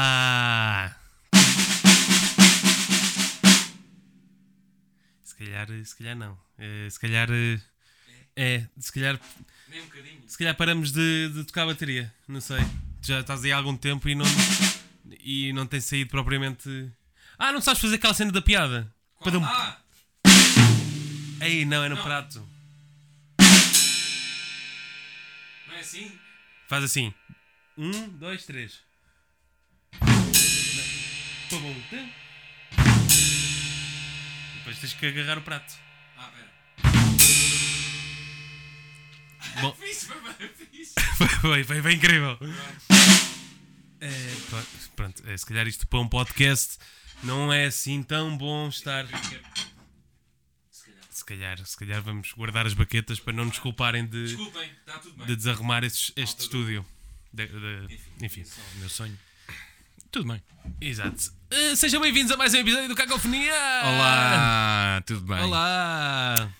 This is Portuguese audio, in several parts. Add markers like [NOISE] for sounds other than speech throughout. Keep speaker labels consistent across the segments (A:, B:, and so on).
A: Olá! Se calhar, se calhar não. Eh, se calhar. eh, é, se calhar,
B: Nem um bocadinho.
A: se calhar paramos de, de tocar a bateria. Não sei. Tu Já estás aí há algum tempo e não, e não tem saído propriamente. Ah, não sabes fazer aquela cena da piada? Padum.
B: Ah!
A: Ei, não, é no
B: Não.
A: prato.
B: Não é assim?
A: Faz assim. Um, dois, três. Pabum. tum. Depois tens que agarrar o prato.
B: Ah, pera.
A: [LAUGHS]
B: [LAUGHS]
A: Bom.
B: Fiz, foi bem, fiz.
A: Foi, foi, foi, foi incrível. É, pá, pronto, é, se calhar isto para um podcast não é assim tão bom estar.
B: Se calhar.
A: Se calhar, se calhar vamos guardar as baquetas para não nos culparem de,
B: Desculpem, está tudo bem.
A: de desarrumar esses- este estúdio. De- de- enfim.
C: Meu sonho. Tudo bem.
A: Exato. Eh, sejam bem-vindos a mais um episódio do Cacofonia!
C: Olá, tudo bem?
A: Olá!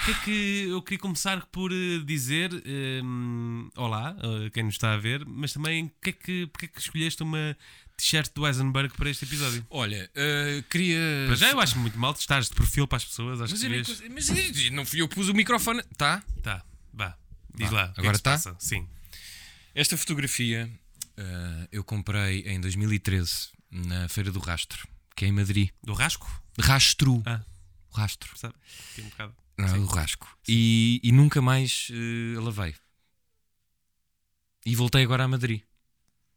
A: O que é que eu queria começar por eh, dizer ehm, olá a quem nos está a ver, mas também o que é que, porque é que escolheste uma t-shirt do Eisenberg para este episódio?
C: Olha, eh, queria.
A: Para já eu acho muito mal de estares de perfil para as pessoas, acho
C: Mas,
A: que
C: eu nem
A: devias-
C: cons- mas eu- não fui eu que pus o microfone. Tá.
A: Tá, vá, diz
C: Vá,
A: lá. o que é
C: agora
A: que se
C: tá?
A: passa? Sim.
C: Esta fotografia eh, eu comprei em 2013 na Feira do Rastro, que é em Madrid.
A: Do rasco?
C: Rastro.
A: Ah.
C: Rastro.
A: Sabe? Tem um bocado.
C: Não, é o Rasco. E, e nunca mais eh, a lavei. E voltei agora a Madrid.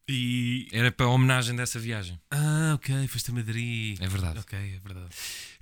A: E.
C: Era para homenagem dessa viagem.
A: Ah, ok, foste a Madrid.
C: É verdade.
A: Ok, é verdade.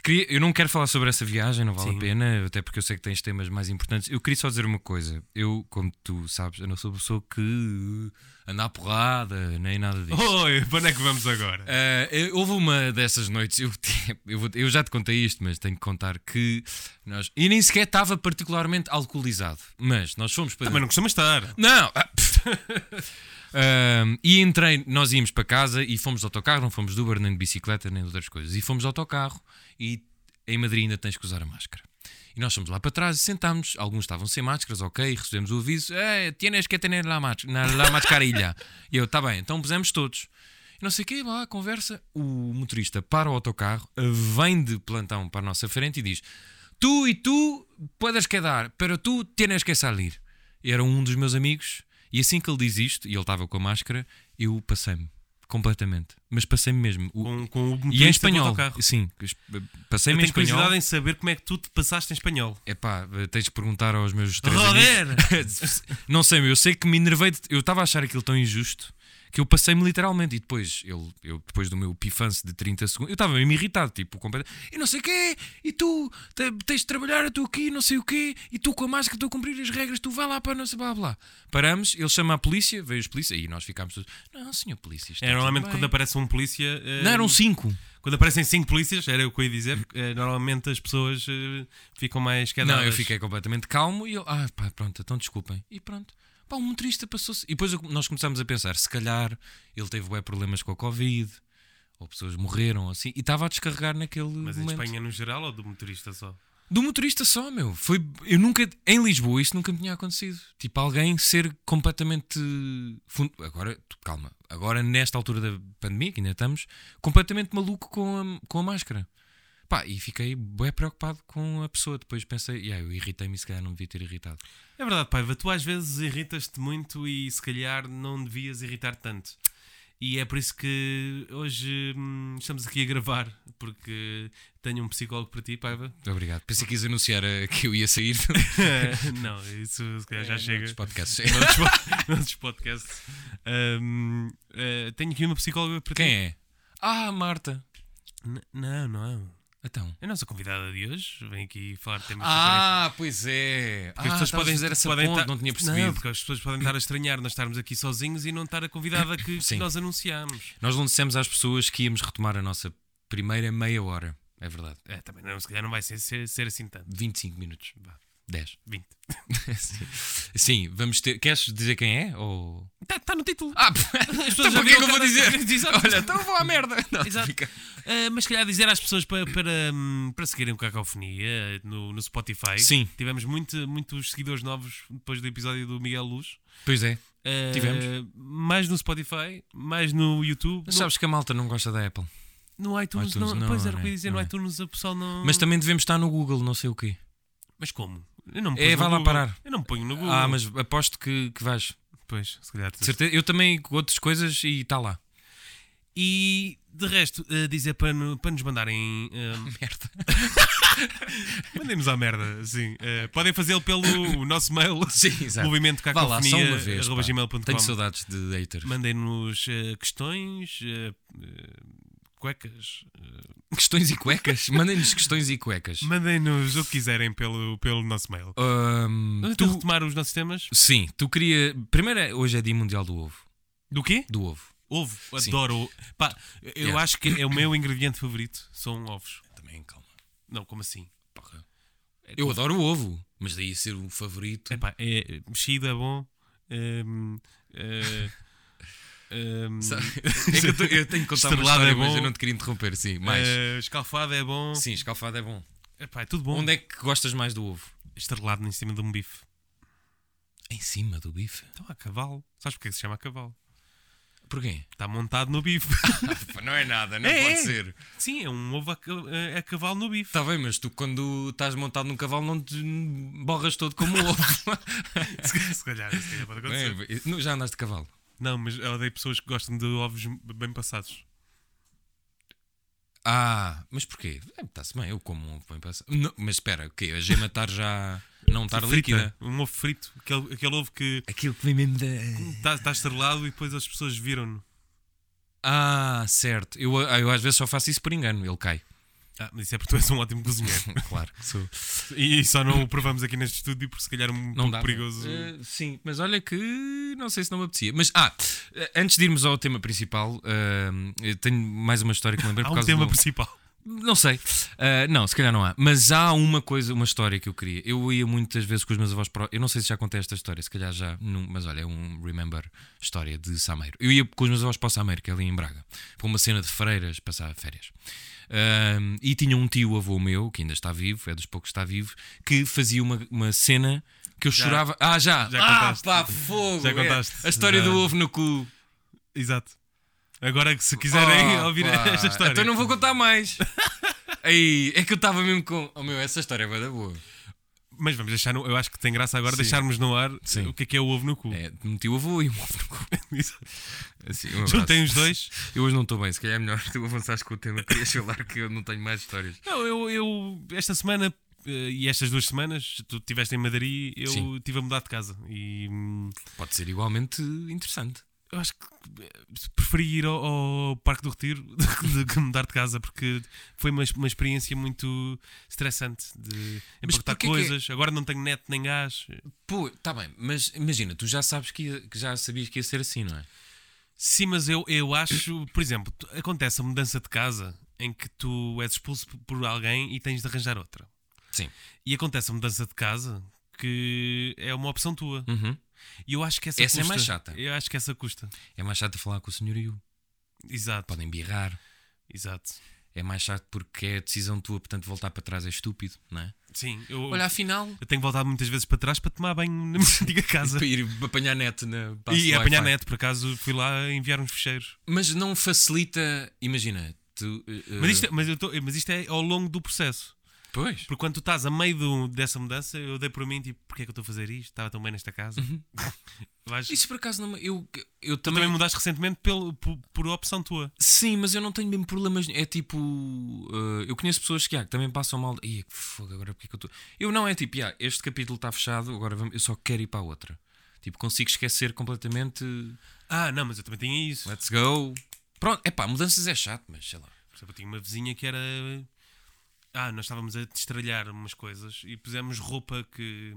C: Queria- eu não quero falar sobre essa viagem, não vale
A: Sim.
C: a pena, até porque eu sei que tens temas mais importantes. Eu queria só dizer uma coisa. Eu, como tu sabes, eu não sou pessoa que uh, anda à porrada, nem nada disso.
A: Oi, para onde é que vamos agora?
C: Ah, eh, houve uma dessas noites, eu, [LAUGHS] te- eu, vou- eu já te contei isto, mas tenho que contar que nós. E nem sequer estava particularmente alcoolizado, mas nós fomos para.
A: Também não costuma estar.
C: Não! Ah, pff. [LAUGHS] Ahm, e entrei, nós íamos para casa e fomos de autocarro, não fomos de Uber, nem de bicicleta, nem de outras coisas. E fomos de autocarro e em Madrid ainda tens que usar a máscara. E nós fomos lá para trás e sentámos. Alguns estavam sem máscaras, ok, recebemos o aviso: eh, tienes que tener la, mas na, la mascarilla. e eu, tá bem, então pusemos todos. E não sei o quê, lá, conversa. O motorista para o autocarro, vem de plantão para a nossa frente e diz: Tu e tu podes quedar, pero tu tienes que salir. Era um dos meus amigos, e assim que ele diz isto, e ele estava com a máscara, eu passei-me completamente. Mas passei-me mesmo. O-
A: Com, um com o
C: e
A: motorista
C: em
A: do
C: espanhol.
A: autocarro.
C: Sim, es- passei-me
A: Eu
C: em
A: tenho curiosidade
C: espanhol.
A: em saber como é que tu te passaste em espanhol.
C: Epá, tens de perguntar aos meus três amigos.
A: Roder! [LAUGHS]
C: não sei, meu, eu sei que me enervei. de- Eu estava a achar aquilo tão injusto que eu passei-me literalmente. E depois, ele, eu, depois do meu pifance de 30 segundos, eu estava mesmo irritado, tipo, completamente. E não sei o quê, e tu te- tens de trabalhar, eu estou aqui, não sei o quê, e tu com a máscara, estou a cumprir as regras, tu vai lá para não sei, blá blá. Paramos, ele chama a polícia, veio os polícia, e nós ficámos todos, não, senhor polícia, isto
A: É,
C: está tudo
A: normalmente
C: bem."
A: quando aparece um polícia. eh,
C: Não, eram cinco.
A: Quando aparecem cinco polícias, era o que eu ia dizer, eh, normalmente as pessoas eh, ficam mais quedadas.
C: Não, eu fiquei completamente calmo e eu, ah, pá, pronto, então desculpem. E pronto. Pá, o motorista passou-se. E depois eu- nós começámos a pensar, se calhar ele teve bué problemas com a Covid, ou pessoas morreram, ou assim, e estava a descarregar naquele
A: Mas em
C: momento.
A: Espanha no geral ou do motorista só?
C: Do motorista só, meu. Foi, eu nunca, em Lisboa, isso nunca me tinha acontecido. Tipo, alguém ser completamente. fun- Agora, tu- calma, agora nesta altura da pandemia, que ainda estamos, completamente maluco com a, com a máscara. Pá, e fiquei bem preocupado com a pessoa. Depois pensei, yeah, eu irritei-me, se calhar não devia ter irritado.
A: É verdade, Paiva, tu às vezes irritas-te muito e se calhar não devias irritar tanto. E é por isso que hoje hum, estamos aqui a gravar, porque tenho um psicólogo para ti, [LAUGHS] Paiva.
C: Obrigado. Pensei que quis anunciar eh, que eu ia sair [LAUGHS]
A: não, isso se calhar já
C: É,
A: chega.
C: noutros podcasts.
A: [LAUGHS] noutros, po- [LAUGHS] noutros podcasts. Hum, eh, tenho aqui uma psicóloga para ti.
C: Quem é? Ah, Marta.
A: N- não, não.
C: Então.
A: A nossa convidada de hoje vem aqui falar de temas super
C: Ah, pois é.
A: porque
C: ah, estavas a fazer essa
A: podem
C: ponte,
A: estar-
C: não tinha percebido.
A: porque as pessoas podem estar a estranhar nós estarmos aqui sozinhos e não estar a convidada que, que
C: Sim.
A: nós anunciámos.
C: Nós não dissemos às pessoas que íamos retomar a nossa primeira meia hora. É verdade.
A: É, também não, se calhar não vai ser, ser, ser assim tanto.
C: 25 minutos.
A: Vá.
C: 10.
A: 20.
C: Sim. [LAUGHS] Sim, vamos ter. Queres dizer quem é? Ou...
A: Está no título.
C: Ah, [LAUGHS]
A: pessoas
C: então
A: já
C: para que é que
A: viram
C: eu vou
A: cada-
C: dizer?
A: Exato.
C: Olha, então vou à merda. Não,
A: Exato.
C: fica-
A: Ah, mas se calhar dizer às pessoas para, para, hum, para seguirem o Cacofonia eh, no, no Spotify.
C: Sim,
A: Tivemos muito, muitos seguidores novos depois do episódio do Miguel Luz.
C: pois é.
A: Eh,
C: Tivemos.
A: Mais no Spotify, mais no YouTube. No,
C: Sabes que a malta não gosta da Apple.
A: no iTunes,
C: iTunes
A: não.
C: não,
A: Pois era o
C: não
A: que eu
C: é,
A: ia dizer,
C: não
A: no
C: é.
A: iTunes o pessoal não.
C: Mas também devemos estar no Google, não sei o quê.
A: Mas como? Eu não me
C: É,
A: pus no
C: vai lá
A: Google.
C: parar.
A: Eu não me ponho no Google.
C: Ah, mas aposto que, que vais.
A: Pois, se calhar.
C: De certeza. Eu também com outras coisas e está lá.
A: E de resto, eh, dizer para, no- para nos mandarem.
C: [LAUGHS]
A: eh,
C: Merda.
A: mandem-nos à merda, sim. Eh, podem fazê-lo pelo o nosso mail.
C: Sim, exato.
A: Movimento
C: Vá lá, só uma vez. pá.
A: cacofonia.gmail.com
C: Tenho saudades de haters.
A: Mandem-nos eh, questões, eh, eh, cuecas.
C: Questões e cuecas? Mandem-nos questões e cuecas.
A: Mandem-nos o que quiserem pelo, pelo nosso mail.
C: Ahm,
A: Vamos então
C: tu,
A: retomar os nossos temas.
C: sim, tu queria. Primeiro, é- hoje é Dia Mundial do Ovo.
A: Do quê?
C: Do ovo.
A: Ovo.
C: Sim.
A: Adoro. o- Pá, eu
C: Yeah.
A: acho que é o meu ingrediente favorito. São ovos.
C: Também, calma.
A: Não, como assim?
C: Porra. Eu adoro o ovo, mas daí a ser o favorito.
A: Epá, é, é mexido, é bom. Hum, eh, [LAUGHS] hum,
C: [LAUGHS] Sabe? É que eu, tô- eu tenho que contar uma
A: Estrelado
C: história,
A: é
C: mas
A: bom.
C: eu não te queria interromper, sim. Mais.
A: eh, escalfado é bom.
C: Sim, escalfado é bom.
A: Epá, é tudo bom.
C: Onde é que gostas mais do ovo?
A: Estrelado em cima de um bife.
C: Em cima do bife.
A: Então, a cavalo. Sabes porque se chama a cavalo?
C: Porquê?
A: Está montado no
C: [LAUGHS]
A: bife.
C: Não é nada, não
A: É,
C: pode
A: é.
C: ser.
A: Sim, é um ovo a, ca- eh, a cavalo no
C: [LAUGHS]
A: bife.
C: Está bem, mas tu quando estás montado num cavalo não te borras todo como um [LAUGHS] ovo.
A: Se se calhar, se calhar pode acontecer.
C: É, não, já andaste de cavalo.
A: Não, mas eu odeio pessoas que gostam de ovos bem passados.
C: Ah, mas porquê? É, Está-se bem, eu como um ovo bem passado. Não, mas espera, o quê? A gema estar já. não estar
A: Frita,
C: líquida.
A: Um ovo frito. Aquele, aquele ovo que
C: Aquilo que vem mesmo da.
A: está está Tá, estrelado e depois as pessoas viram-no.
C: Ah, certo. Eu, eu às vezes só faço isso por engano, ele cai. [LAUGHS]
A: Ah, mas isso é porque tu és um ótimo cozinheiro.
C: claro que sou.
A: E só não o provamos aqui neste estúdio porque se calhar é um
C: Não
A: pouco
C: dá.
A: perigoso.
C: Eh, sim, mas olha que não sei se não me apetecia. Mas, ah, eh, antes de irmos ao tema principal, eh, eu tenho mais uma história que me lembrei
A: Há
C: por
A: um
C: causa
A: tema
C: do...
A: principal.
C: Não sei. Ah, não, se calhar não há. Mas há uma coisa, uma história que eu queria. Eu ia muitas vezes com os meus avós para. o- Eu não sei se já contei esta história, se calhar já. Não, mas olha, é um remember história de Sameiro. Eu ia com os meus avós para o Sameiro, que é ali em Braga, para uma cena de freiras passar férias. Ah, e tinha um tio avô meu, que ainda está vivo, é dos poucos que está vivo, que fazia uma, uma cena que eu chorava. Ah, já!
A: Já
C: ah,
A: contaste.
C: pá, fogo!
A: Já
C: é.
A: contaste.
C: a história
A: Já.
C: do ovo no cu.
A: Exato. Agora que se quiserem
C: Oh,
A: ouvir
C: pá.
A: esta história.
C: Então não vou contar mais. [LAUGHS] Aí, é que eu estava mesmo com. Oh meu, essa história é bué da boa.
A: Mas vamos deixar, no- eu acho que tem graça agora
C: Sim.
A: deixarmos no ar
C: Sim.
A: o que é que é o ovo no [LAUGHS] cu.
C: É, meti o avô e o ovo no cu.
A: Exato.
C: Assim, um abraço.
A: Juntem os dois.
C: Eu hoje não estou bem, se calhar é melhor [LAUGHS] tu avançares com o tema. Querias falar que eu não tenho mais histórias.
A: Não, eu, eu esta semana eh, e estas duas semanas, tu estiveste em Madrid, eu
C: Sim.
A: estive a mudar de casa e hum,
C: Pode ser igualmente interessante.
A: eu acho que eh, preferi ir ao, ao Parque do Retiro [LAUGHS] do que- do que mudar de casa porque foi uma, uma experiência muito estressante de
C: Mas
A: empacotar
C: porquê que é-
A: coisas. Agora não tenho net nem gás.
C: Pô, está bem, mas imagina, tu já sabes que, ia- que já sabias que ia ser assim, não é?
A: Sim, mas eu, eu acho, por exemplo, tu- acontece a mudança de casa em que tu és expulso p- por alguém e tens de arranjar outra.
C: Sim.
A: E acontece a mudança de casa que é uma opção tua.
C: Uhum.
A: E eu acho que essa,
C: Essa é
A: custa.
C: mais chata.
A: Eu acho que essa custa.
C: É mais chato falar com o senhorio.
A: Exato,
C: Podem birrar.
A: exato.
C: É mais chato porque é decisão tua, portanto voltar para trás é estúpido, não é?
A: Sim, eu,
C: Olha, [LAUGHS] afinal,
A: eu tenho voltado muitas vezes para trás para tomar banho na [LAUGHS] minha antiga casa.
C: para ir apanhar net na para
A: E
C: a
A: apanhar
C: Wi-Fi.
A: net, por acaso fui lá enviar uns fecheiros.
C: Mas não facilita, imagina, tu. eh,
A: Mas
C: eh,
A: isto, é- mas, eu tô- mas isto é ao longo do processo.
C: Pois.
A: Porque quando tu estás a meio do- dessa mudança, eu dei por mim, tipo, porque é que eu estou a fazer isto? Estava tão bem nesta casa. [LAUGHS] Vais-
C: Isso por acaso não. Eu, eu
A: Tu
C: também.
A: também mudaste recentemente pelo, por, por opção tua.
C: Sim, mas eu não tenho mesmo problemas. É tipo. eh, eu conheço pessoas que, ah, que também passam mal. Ih, que fogo, agora porque é que eu estou. Eu não, é tipo, ah, este capítulo está fechado, agora vamos- eu só quero ir para a outra. Tipo, consigo esquecer completamente.
A: Ah, não, mas eu também tinha isso.
C: Let's go. Pronto, é pá, mudanças é chato, mas sei lá.
A: Por exemplo, eu tinha uma vizinha que era. Ah, nós estávamos a destralhar umas coisas e pusemos roupa que.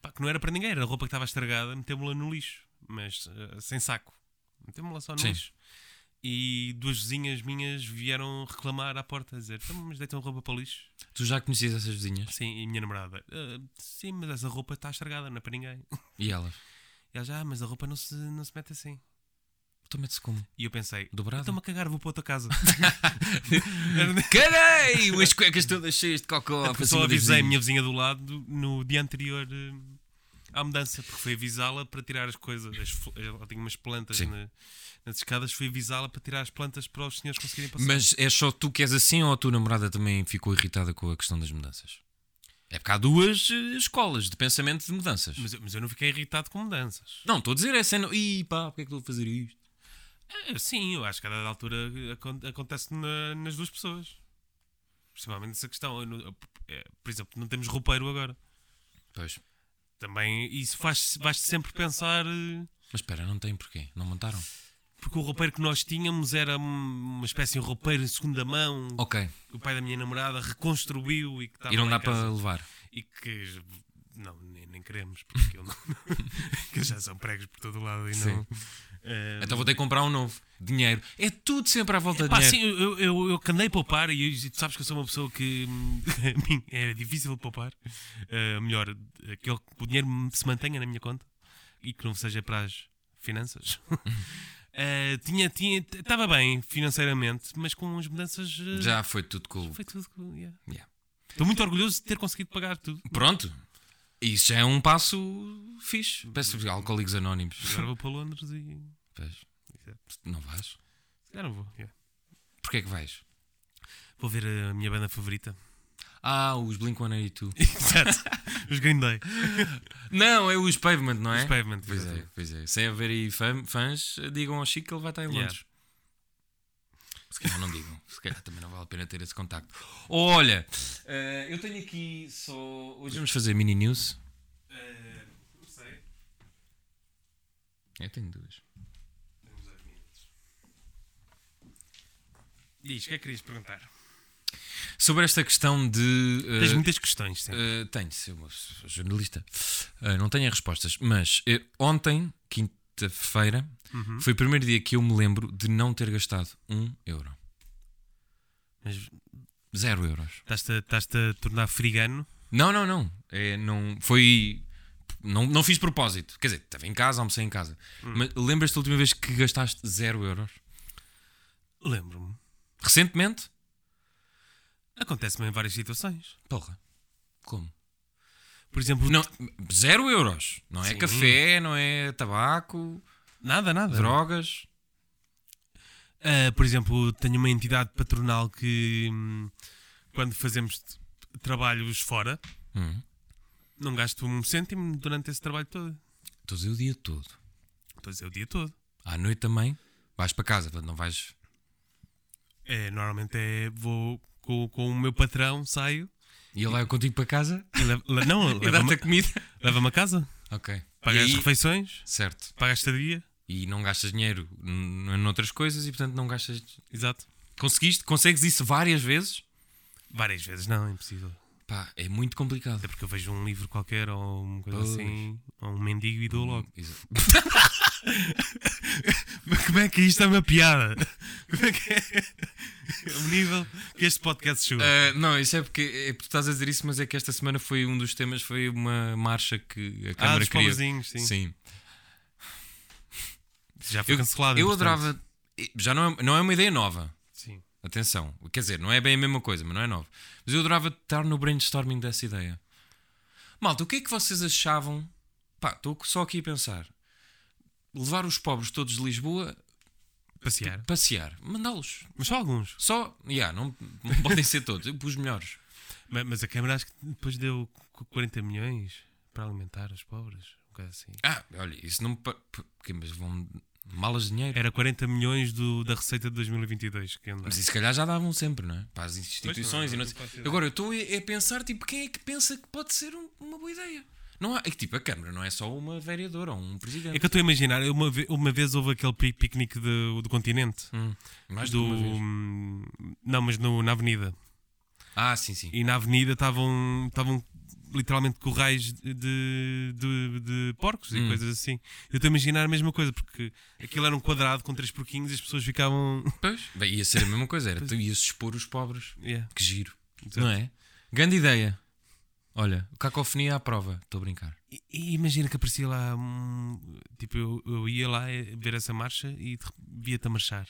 A: pá, que não era para ninguém, era roupa que estava estragada, metemos-la no lixo, mas eh, sem saco. Metemos-la só no
C: Sim.
A: lixo. E duas vizinhas minhas vieram reclamar à porta, a dizer: "Então, mas deitam roupa para o lixo.
C: Tu já conheces essas vizinhas?
A: Sim, e a minha namorada: "Ah, Sim, mas essa roupa está estragada, não é para ninguém.
C: E elas?
A: E ela já, ah, mas a roupa não se, não se mete assim.
C: Toma-te-se "Então como?
A: E eu pensei:
C: Dobrado? [LAUGHS]
A: Estou-me a cagar, vou para outra casa.
C: Carei! é As cuecas todas cheias de cocó. para
A: É Só
C: cima das
A: avisei a
C: vizinhas.
A: minha vizinha do lado no dia anterior eh, à mudança, porque foi avisá-la para tirar as coisas. As, fl- ela tinha umas plantas
C: Sim.
A: na- nas escadas, foi avisá-la para tirar as plantas para os senhores conseguirem passar.
C: Mas é só tu que és assim ou a tua namorada também ficou irritada com a questão das mudanças? É porque há duas eh, escolas de pensamento de mudanças.
A: Mas eu, mas eu não fiquei irritado com mudanças.
C: Não, estou a dizer é cena. Ih, pá, porque é que estou a fazer isto?
A: Ah, Sim, eu acho que a dada altura acon- acontece na- nas duas pessoas. Principalmente essa questão. Eu não- eu- é, por exemplo, não temos roupeiro agora.
C: Pois.
A: Também isso faz vais sempre pensar. eh,
C: Mas espera, não tem porquê. Não montaram.
A: Porque o roupeiro que nós tínhamos era um- uma espécie de roupeiro em segunda mão
C: Ok.
A: que o pai da minha namorada reconstruiu e que estava
C: E não
A: lá
C: dá
A: em casa.
C: para levar.
A: e que não, nem, nem queremos, porque ele não- [LAUGHS] que já são pregos por todo lado e não.
C: Sim.
A: Eh,
C: Então vou ter que comprar um novo. Dinheiro. É tudo sempre à volta de
A: pá,
C: dinheiro.
A: sim, eu, eu, eu que andei a poupar e eu- tu sabes que eu sou uma pessoa que [LAUGHS] hum, a mim é difícil poupar. Eh, melhor, eh, que, ele- que o dinheiro se mantenha na minha conta e que não seja para as
C: [LAUGHS]
A: finanças. [LAUGHS] Eh, tinha, tinha, estava bem financeiramente, mas com as mudanças eh,
C: Já foi tudo com.
A: foi tudo. Estou
C: Yeah.
A: muito orgulhoso de ter conseguido pagar tudo.
C: Pronto. Isso já é um passo fixe. Peço alcoólicos anónimos.
A: Agora vou para Londres e.
C: Pois. Não vais?
A: Se calhar não vou. yeah.
C: Porquê é que vais?
A: Vou ver a minha banda
C: [LAUGHS]
A: favorita.
C: Ah, os Blink-182.
A: Exato. Os Green Day.
C: Não, é os Pavement, não é?
A: Os Pavement.
C: Pois é,
A: exato.
C: pois é. Sem haver aí fam- fãs, digam ao Chico que ele vai estar em
A: Yeah.
C: Londres. Se calhar não digam. Se calhar também não vale a pena ter esse contacto. Olha, eh, eu tenho aqui só... Hoje vamos fazer mini news.
A: Eh, não sei.
C: Eu tenho duas.
A: Temos dois minutos. Diz, o que é que querias perguntar?
C: Sobre esta questão de... eh,
A: Tens muitas questões, sim.
C: eh, tenho, sou uma- sou jornalista. Eh, não tenho respostas, mas eh, ontem, quinta-feira,
A: Uhum.
C: foi o primeiro dia que eu me lembro de não ter gastado um euro.
A: Mas
C: Zero euros.
A: estás-te a- estás-te a tornar frigano.
C: Não, não, não. É, não foi. Não, não fiz propósito. Quer dizer, estava em casa, almocei em casa. Mas lembras-te da última vez que gastaste zero euros?
A: Lembro-me.
C: Recentemente?
A: Acontece-me em várias situações.
C: Porra. Como?
A: Por exemplo,
C: Não, zero euros. Não é
A: Sim.
C: café, não é tabaco,
A: nada, nada.
C: drogas.
A: Ah, por exemplo, tenho uma entidade patronal que hum, quando fazemos t- trabalhos fora,
C: Hum.
A: não gasto um cêntimo durante esse trabalho todo.
C: Estou a dizer o dia todo.
A: Estou a dizer o dia todo.
C: À noite também. Vais para casa, portanto, não vais.
A: É, normalmente é, vou com, com o meu patrão, saio.
C: E ele vai contigo para casa
A: e levo- le- [LAUGHS] não,
C: [LAUGHS] e dá-te
A: leva-me
C: a comida.
A: leva-me a casa,
C: Ok.
A: paga
C: E
A: as
C: aí-
A: refeições,
C: Certo.
A: paga a estadia.
C: E não gastas dinheiro n- n- noutras coisas e, portanto, não gastas.
A: Exato.
C: Conseguiste? Consegues isso várias vezes?
A: Várias vezes não, é impossível.
C: Pá, é muito complicado.
A: Até porque eu vejo um livro qualquer ou uma coisa
C: Pois.
A: assim, ou um mendigo e dou logo.
C: Isso-
A: [LAUGHS] Mas como é que isto é uma [LAUGHS] piada? Como é que é? É o nível que este podcast chegou.
C: [LAUGHS] Ah, não, isso é porque é, porque tu estás a dizer isso, mas é que esta semana foi um dos temas, foi uma marcha que a
A: ah,
C: Câmara
A: dos
C: queria.
A: pobrezinhos, sim. Já foi
C: Eu,
A: cancelado.
C: eu
A: entretanto.
C: adorava. Já não é, não é uma ideia nova.
A: Sim.
C: Atenção. Quer dizer, não é bem a mesma coisa, mas não é nova. Mas eu adorava estar no brainstorming dessa ideia. Malta, o que é que vocês achavam? Pá, estou só aqui a pensar. Levar os pobres todos de Lisboa
A: Passear.
C: passear. Mandá-los.
A: Mas só alguns.
C: Só. Yeah, não, não podem ser todos. Eu pus melhores.
A: Ma- Mas, a Câmara acho que depois deu qu- 40 milhões para alimentar os pobres. Um bocado assim.
C: Ah, olha, isso não me. pa- p- que- Mas vão. Malas de dinheiro.
A: Era 40 milhões do- da receita de 2022 que é andaram.
C: Mas isso se calhar já davam sempre, não é? Para as instituições
A: Pois não,
C: e
A: não
C: não sei.
A: faço ideia.
C: Agora, eu estou a, a pensar, tipo, quem é que pensa que pode ser um- uma boa ideia? Não há. É que, tipo, a Câmara não é só uma vereadora ou um presidente.
A: É que eu estou a imaginar, eu uma, ve- uma vez houve aquele pi- piquenique do, do continente.
C: Hum, mais do.
A: do. hum, Não, mas no- na avenida.
C: Ah, sim, sim.
A: E na avenida estavam estavam literalmente corrais de, de, de porcos e
C: Hum.
A: coisas assim. Eu estou a imaginar a mesma coisa, porque aquilo era um quadrado com três porquinhos e as pessoas ficavam. [LAUGHS]
C: Pois. Bem, ia ser a mesma coisa, era. tu ias expor os pobres.
A: Yeah.
C: Que giro.
A: Exato.
C: Não é? Grande ideia. Olha, cacofonia à prova. Estou a brincar.
A: E, e imagina que aparecia lá. hum, tipo, eu, eu ia lá eh, ver essa marcha e de rep- via-te a marchar.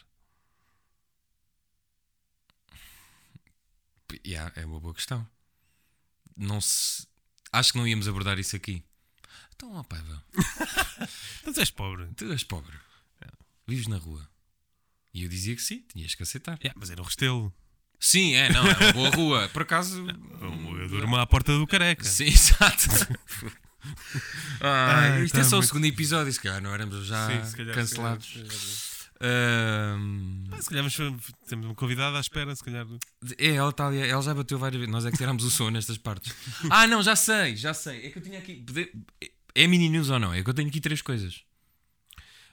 C: P- yeah, é uma boa questão. Não se. Acho que não íamos abordar isso aqui. Então, ó Paiva,
A: Então tu és pobre.
C: tu és pobre.
A: É.
C: Vives na rua. E eu dizia que sim, tinhas que aceitar.
A: Yeah, mas era o Restelo.
C: Sim, é, não, é uma boa rua.
A: [LAUGHS]
C: Por acaso.
A: Eu durmo à porta do careca.
C: Sim,
A: [LAUGHS]
C: [LAUGHS] exato. Ai,
A: Ai,
C: isto
A: tá
C: é só o
A: muito-
C: segundo episódio, se calhar não éramos já
A: Sim, se calhar,
C: cancelados.
A: se calhar,
C: Ahm,
A: Ah, se calhar vamos, temos uma convidada à espera, se calhar.
C: é, ela, tá ali, ela já bateu várias vezes. Nós é que tirámos o som nestas partes. [LAUGHS] Ah, não, já sei, já sei. É que eu tinha aqui. pode- É mini news ou não? É que eu tenho aqui três coisas.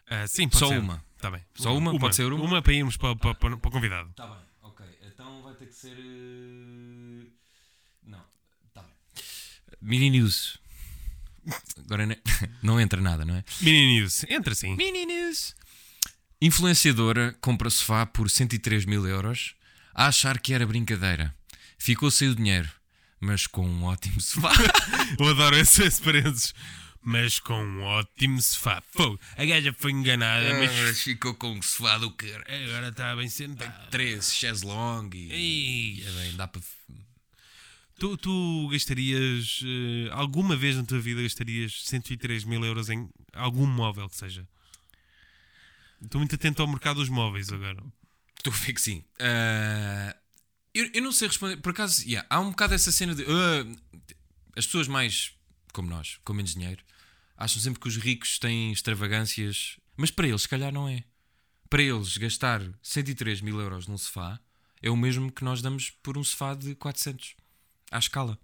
A: Ah, sim, pode
C: Só
A: ser.
C: uma.
A: Tá bem.
C: Só uma? Pode ser uma?
A: Uma para irmos para, para, para, para o convidado.
C: Tá bem, ok. Então vai ter que ser. eh, Não, tá bem. Mini news. Agora ne- [LAUGHS] não entra nada, não é?
A: Mini News, entra sim.
C: Mini news. Influenciadora compra sofá por 103 mil euros a achar que era brincadeira. Ficou sem o dinheiro, mas com um ótimo sofá. [LAUGHS]
A: Eu adoro esses esse parênteses. Mas com um ótimo sofá. Fogo. A gaja foi enganada, mas
C: ficou com um sofá do que
A: agora está bem sentada.
C: 13 chaise longue e.
A: Ei,
C: É bem, dá para.
A: Tu, tu gastarias, eh, alguma vez na tua vida, gastarias 103 mil euros em algum móvel que seja? Estou muito atento ao mercado dos móveis agora.
C: [LAUGHS] Estou a ver que sim. assim. Ah, eu, eu não sei responder. Por acaso, yeah, há um bocado essa cena de. ah, as pessoas mais como nós, com menos dinheiro, acham sempre que os ricos têm extravagâncias. Mas para eles, se calhar, não é. Para eles, gastar 103 mil euros num sofá é o mesmo que nós damos por um sofá de 400 à escala.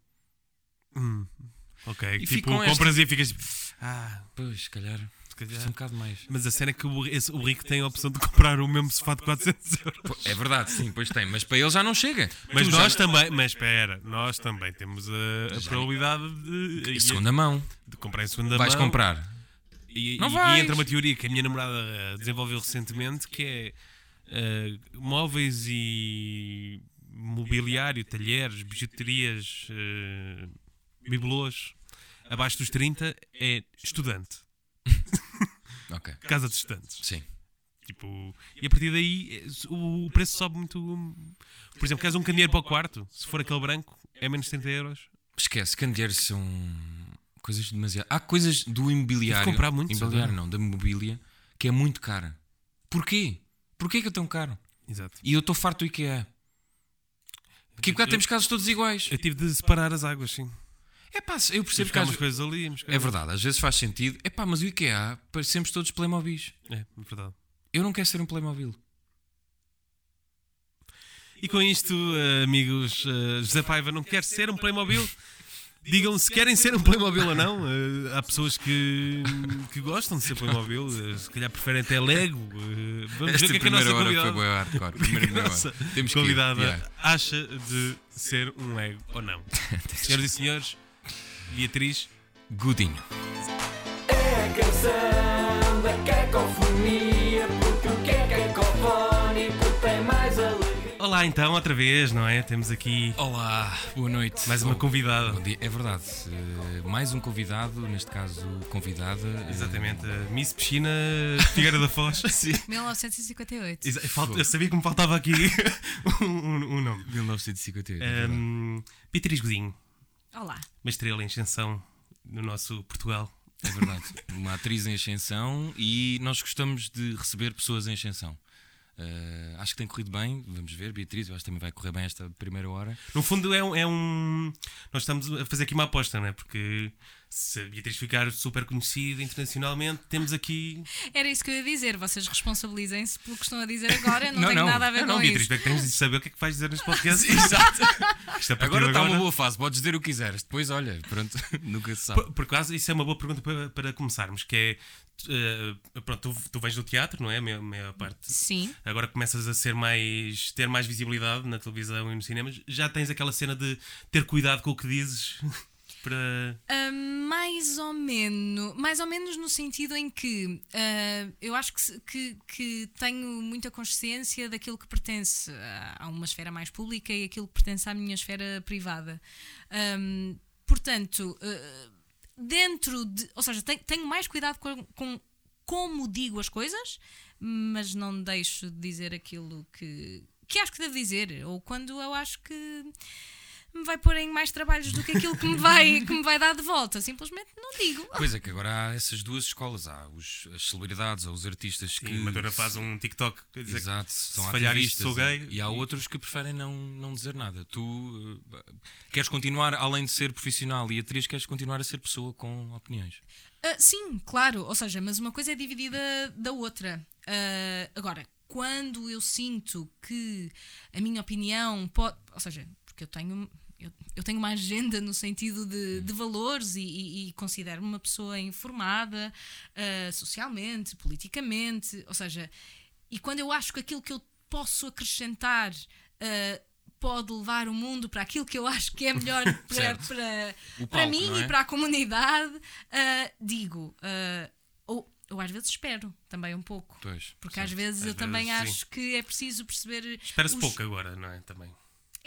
A: Ok, tipo,
C: ficam
A: compras e ficas. tipo, Ah,
C: Pois, se calhar,
A: se
C: isto é um
A: calhar.
C: bocado mais.
A: Mas a cena é que o, esse- o rico tem a opção de comprar o mesmo sofá de 400 euros.
C: Pô, É verdade, sim, pois tem. Mas para eles já não chega.
A: Mas
C: Tu
A: nós
C: já-
A: também, mas espera, nós também temos a, a probabilidade de,
C: Em Segunda mão,
A: de comprar em segunda
C: vais
A: mão.
C: comprar.
A: E,
C: Não
A: e-
C: vais.
A: e entra uma teoria que a minha namorada eh, desenvolveu recentemente que é eh, móveis e mobiliário, talheres, bijuterias, eh, bibelôs abaixo dos 30 é estudante,
C: Ok,
A: casa de estudantes.
C: sim.
A: Tipo, e a partir daí eh, o o preço sobe muito. Por exemplo, queres um candeeiro para o quarto, se for aquele branco, é menos 30 euros.
C: Esquece, candeeiros são coisas demasiado. Há coisas do
A: Tive
C: imobiliário.
A: que comprar muito,
C: imobiliário
A: sabe?
C: não, da mobília, que é muito cara. Porquê? Porquê que é tão caro?
A: Exato.
C: E eu estou farto do IKEA. Porque cá temos casos todos iguais.
A: Eu tive de separar as águas, sim.
C: É pá, eu
A: Ia
C: percebo que
A: buscar
C: às...
A: umas coisas ali. ia buscar-
C: É verdade, às vezes faz sentido. É pá, mas o IKEA parecemos todos Playmobis.
A: É, é verdade.
C: Eu não quero ser um Playmobil.
A: E com isto, eh, amigos, eh, José Paiva não quer ser um Playmobil? Digam se querem ser um Playmobil ou não. Eh, há pessoas que, que gostam de ser Playmobil, eh, se calhar preferem até Lego. Eh, vamos ver o que é que a nossa
C: hora foi
A: convidada,
C: boa hardcore.
A: [LAUGHS] o que é
C: Primeira
A: que a
C: meia hora.
A: nossa
C: Temos que ir,
A: convidada
C: yeah.
A: acha de ser um Lego ou
C: [LAUGHS]
A: não. Senhoras e senhores, Beatriz,
C: Godinho.
D: É a canção da cacofonia, porque o que é cacofónico tem mais alegria.
A: olá então, outra vez, não é? Temos aqui
C: Olá, boa noite.
A: mais uma
C: Oh. Bom
A: convidada.
C: dia. É verdade. Eh, mais um convidado, neste caso convidada. eh,
A: Exatamente, a Miss Piscina Figueira da Foz. [LAUGHS] Sim.
E: 1958.
A: Exa- falta- eu sabia que me faltava aqui [LAUGHS] um, um- um nome.
C: 1958. é verdade.
A: Um, Beatriz Godinho,
E: Olá.
A: uma estrela em ascensão no nosso Portugal.
C: É verdade. Uma atriz em ascensão e nós gostamos de receber pessoas em ascensão. Eh, acho que tem corrido bem, vamos ver, Beatriz. Eu acho que também vai correr bem esta primeira hora.
A: No fundo, é um, é um- Nós estamos a fazer aqui uma aposta, não é? Porque se a Beatriz ficar super conhecida internacionalmente, temos aqui.
E: Era isso que eu ia dizer. Vocês responsabilizem-se pelo que estão a dizer agora. Não,
C: Não,
E: tem
C: não.
E: nada a ver
A: não,
E: com
A: Beatriz,
E: isso.
A: tu é que tens de saber o que é que vais [LAUGHS] dizer nos podcasts. Exato. Isto a partir
C: Agora
A: de
C: está uma boa fase, podes dizer o que quiseres. Depois, olha, pronto, [LAUGHS] nunca se sabe.
A: Por, por acaso, isso é uma boa pergunta para, para começarmos, que é. eh, pronto, tu, tu vens do teatro, não é? A maior- maior parte.
E: Sim.
A: agora começas a ser mais ter mais visibilidade na televisão e nos cinemas, já tens aquela cena de ter cuidado com o que dizes [LAUGHS] para
E: Ah, mais ou menos. Mais ou menos no sentido em que ah, eu acho que, se- que- que tenho muita consciência daquilo que pertence a- a uma esfera mais pública e aquilo que pertence à minha esfera privada. Ah, portanto, ah, dentro de. Ou seja, tenho, tenho mais cuidado com, com como digo as coisas, mas não deixo de dizer aquilo que, que acho que devo dizer, ou quando eu acho que. me vai pôr em mais trabalhos do que aquilo que me vai, que me vai dar de volta. Simplesmente não digo.
C: Pois é, que agora há essas duas escolas. Há os, as celebridades, há os artistas que.
A: Sim, a Madura faz um TikTok a dizer que
C: Exato, são
A: se falhar isto
C: ativistas,
A: sou gay.
C: E há outros que preferem não, não dizer nada. Tu eh, queres continuar, além de ser profissional e atriz, queres continuar a ser pessoa com opiniões.
E: Ah, sim, claro, ou seja, mas uma coisa é dividida da outra. Ah, agora, quando eu sinto que a minha opinião pode. Ou seja, porque eu tenho. Eu, eu tenho uma agenda no sentido de, de valores e, e- e considero-me uma pessoa informada ah, socialmente, politicamente, ou seja, e quando eu acho que aquilo que eu posso acrescentar ah, pode levar o mundo para aquilo que eu acho que é melhor para,
C: Certo.
E: para,
C: O
E: para
C: palco,
E: mim
C: não é?
E: e para a comunidade, ah, digo, ah, ou, ou às vezes espero também um pouco.
C: Pois.
E: Porque às vezes eu também
A: vezes,
E: acho que é preciso perceber.
A: Espera-se
E: os-
A: pouco agora, não é? Também.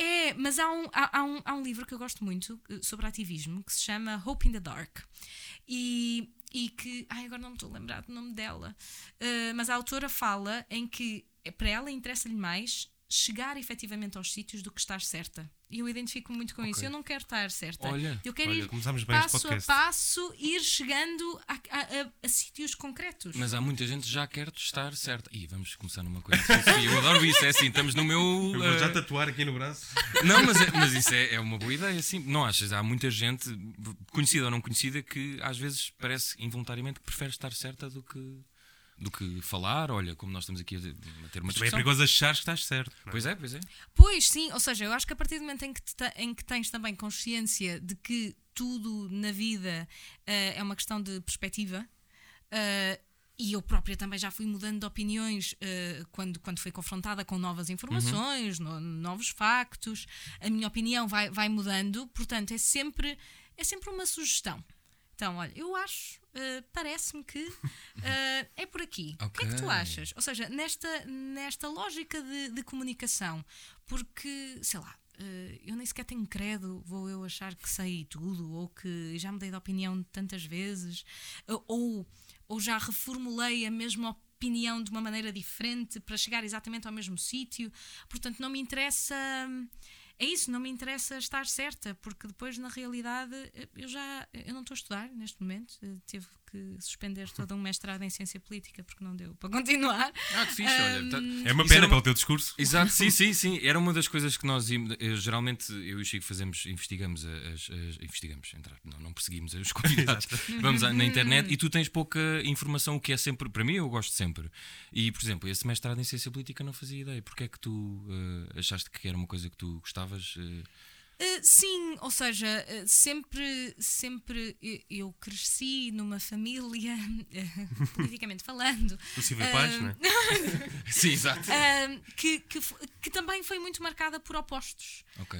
E: É, mas há um, há, há um, há um livro que eu gosto muito eh, sobre ativismo que se chama Hope in the Dark. E, e que. Ai, agora não me estou a lembrar do nome dela. Eh, mas a autora fala em que eh, para ela interessa-lhe mais chegar efetivamente aos sítios do que estar certa. E eu identifico muito com isso. Eu não quero estar certa.
C: Olha,
E: eu quero
A: olha,
E: ir
A: começámos bem este
E: passo a
A: podcast.
E: passo, ir chegando a, a- a- a sítios concretos.
C: Mas há muita gente que já quer estar certa. E vamos começar numa coisa. Sim, eu adoro isso, é assim, estamos no meu. eh,
A: tatuar aqui no braço.
C: Não, mas, é- mas isso é, é uma boa ideia, sim. Não achas? Há muita gente, conhecida ou não conhecida, que às vezes parece involuntariamente que prefere estar certa do que, do que falar. Olha, como nós estamos aqui a ter uma
A: Também é
C: discussão.
A: perigoso achares que estás certo. não é?
C: Pois é, pois é.
E: Pois sim, ou seja, eu acho que a partir do momento em que, te te- em que tens também consciência de que tudo na vida eh, é uma questão de perspectiva, eh, e eu própria também já fui mudando de opiniões eh, quando, quando fui confrontada com novas informações, no- novos factos, a minha opinião vai, vai mudando, portanto é sempre, é sempre uma sugestão. Então, olha, eu acho, eh, parece-me que eh, é por aqui. O que é que tu
C: Ok.
E: achas? achas? Ou seja, nesta, nesta lógica de, de comunicação, porque, sei lá, eh, eu nem sequer tenho credo, vou eu achar que sei tudo, ou que já mudei de opinião tantas vezes, eh, ou, ou já reformulei a mesma opinião de uma maneira diferente para chegar exatamente ao mesmo sítio. Portanto, não me interessa. hum, É isso, não me interessa estar certa, porque depois, na realidade, eh, eu já eu não estou a estudar neste momento. eh, Tive que suspender todo um mestrado em ciência política porque não deu para [LAUGHS] continuar.
C: Ah, que fixe, olha. tá-
A: É uma
C: Isso era
A: pena pelo teu discurso.
C: Exato, sim, sim, sim. Era uma das coisas que nós íamos- eu, geralmente eu e o Chico fazemos, investigamos as, as- investigamos, entre- não, não perseguimos [LAUGHS] os convidados. Vamos à- na internet e tu tens pouca informação, o que é sempre, para mim eu gosto sempre. E, por exemplo, esse mestrado em ciência política não fazia ideia. Porque é que tu eh, achaste que era uma coisa que tu gostavas? eh?
E: Uh, sim, ou seja, uh, sempre, sempre eu- eu cresci numa família, [LAUGHS] uh, politicamente falando,
A: O Silvio Paz,
E: Ah,
A: não é?
C: Sim, exato.
E: um, que, que, f- que também foi muito marcada por opostos.
C: Ok.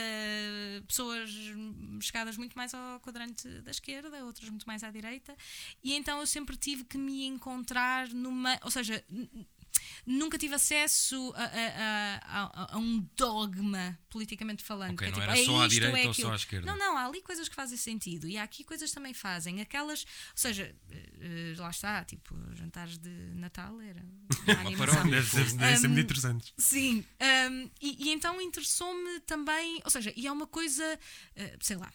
E: Uh, uh, pessoas hum, chegadas muito mais ao quadrante da esquerda, outras muito mais à direita, e então eu sempre tive que me encontrar numa. Ou seja, n- n- nunca tive acesso a, a- a- a- a um dogma politicamente falando.
C: Ok,
E: que é
C: não
E: tipo,
C: era
E: "É
C: só à
E: isto,
C: direita
E: é
C: ou só à
E: aquilo."
C: esquerda.
E: Não, não, há ali coisas que fazem sentido e há aqui coisas que também fazem. Aquelas, ou seja, eh, eh, lá está, tipo, jantares de
C: [LAUGHS]
E: Natal era uma animação.
A: Deve ser, deve ser
E: Ah,
A: muito interessante.
E: Sim, hum, e, e então interessou-me também, ou seja, e é uma coisa, eh, sei lá,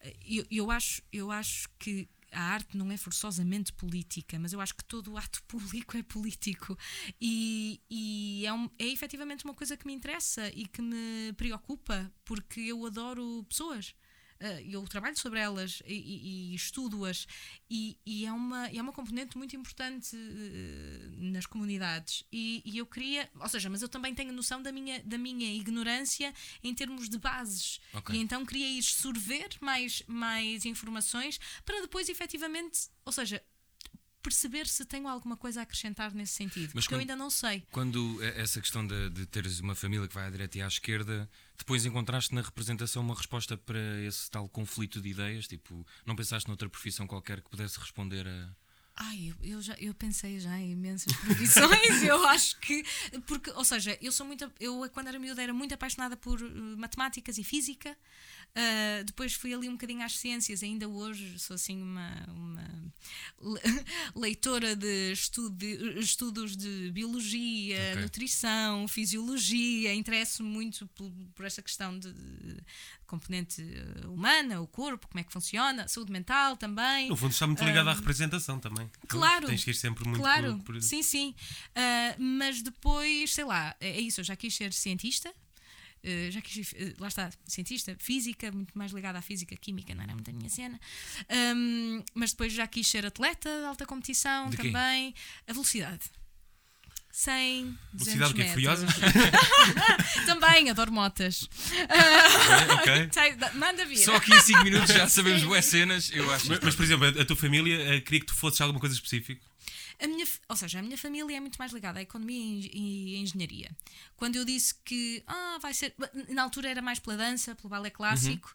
E: eh, eu, eu, acho, eu acho que a arte não é forçosamente política, mas eu acho que todo o ato [LAUGHS] público é político e, e é, um- é efetivamente uma coisa que me interessa e que me preocupa, porque eu adoro pessoas. Eh, eu trabalho sobre elas e, e- e estudo-as e, e é, uma, é uma componente muito importante eh, nas comunidades e, e eu queria, ou seja, mas eu também tenho noção da minha, da minha ignorância em termos de bases
C: Ok.
E: e então queria ir sorver mais, mais informações para depois efetivamente, ou seja, perceber se tenho alguma coisa a acrescentar nesse sentido,
C: Mas
E: porque eu
C: quando-
E: ainda não sei.
C: Quando eh, essa questão de, de teres uma família que vai à direita e à esquerda, depois encontraste na representação uma resposta para esse tal conflito de ideias? Tipo, não pensaste noutra profissão qualquer que pudesse responder a.
E: Ai, eu, eu já, eu pensei já em imensas [LAUGHS] profissões, eu acho que. Porque, ou seja, eu sou muito. Eu, quando era miúda, era muito apaixonada por eh, matemáticas e física. Ah, depois fui ali um bocadinho às ciências, ainda hoje sou assim uma, uma [LAUGHS] le- leitora de estude- estudos de biologia,
C: Ok.
E: nutrição, fisiologia, interesso muito por, por esta questão de, de componente eh, humana, o corpo, como é que funciona, saúde mental também.
A: No fundo está muito ligado à representação também.
E: ah, claro.
A: Tens que ir sempre muito
E: Claro,
A: por, por-
E: sim, sim. Ah, mas depois, sei lá, é é isso, eu já quis ser cientista. ah, já quis, ah, lá está, cientista, física, muito mais ligada à física, química, não era muito a minha cena. Ahm, mas depois já quis ser atleta de alta competição
C: De quê?
E: também. A velocidade. 100, 200
A: Velocidade o quê?
E: metros. [LAUGHS]
A: Furiosa?
E: Também, adoro motas.
A: É, ok.
E: Sai, dá- Manda vir.
C: Só aqui em 5 minutos já sabemos boas cenas, eu acho.
A: Mas, mas, por exemplo, a, a tua família eh, queria que tu fosses alguma coisa específica?
E: A minha, f- ou seja, a minha família é muito mais ligada à economia e eng- e à engenharia. Quando eu disse que ah, vai ser. Na altura era mais pela dança, pelo balé clássico.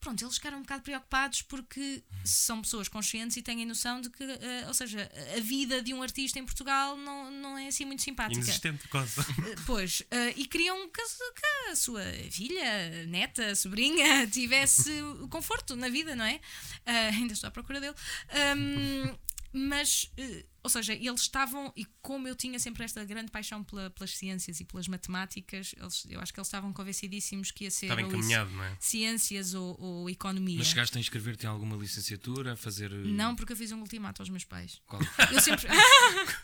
E: Pronto, eles ficaram um bocado preocupados porque são pessoas conscientes e têm noção de que, eh, ou seja, a vida de um artista em Portugal não, não é assim muito simpática.
A: Inexistente, quase. Tá
E: Eh, Pois, eh, e queriam que, a su- que a sua filha, neta, sobrinha [LAUGHS] tivesse conforto na vida, não é? Eh, ainda estou à procura dele. Ahm, mas, eh, ou seja, eles estavam, e como eu tinha sempre esta grande paixão pela- pelas ciências e pelas matemáticas, eles- eu acho que eles estavam convencidíssimos que ia ser
A: Estava
E: ou isso,
A: encaminhado, não é?
E: ciências ou, ou economia.
F: Mas chegaste a inscrever-te em alguma licenciatura, a fazer. eh,
E: Não, porque eu fiz um ultimato aos meus pais.
F: Qual?
E: Eu sempre.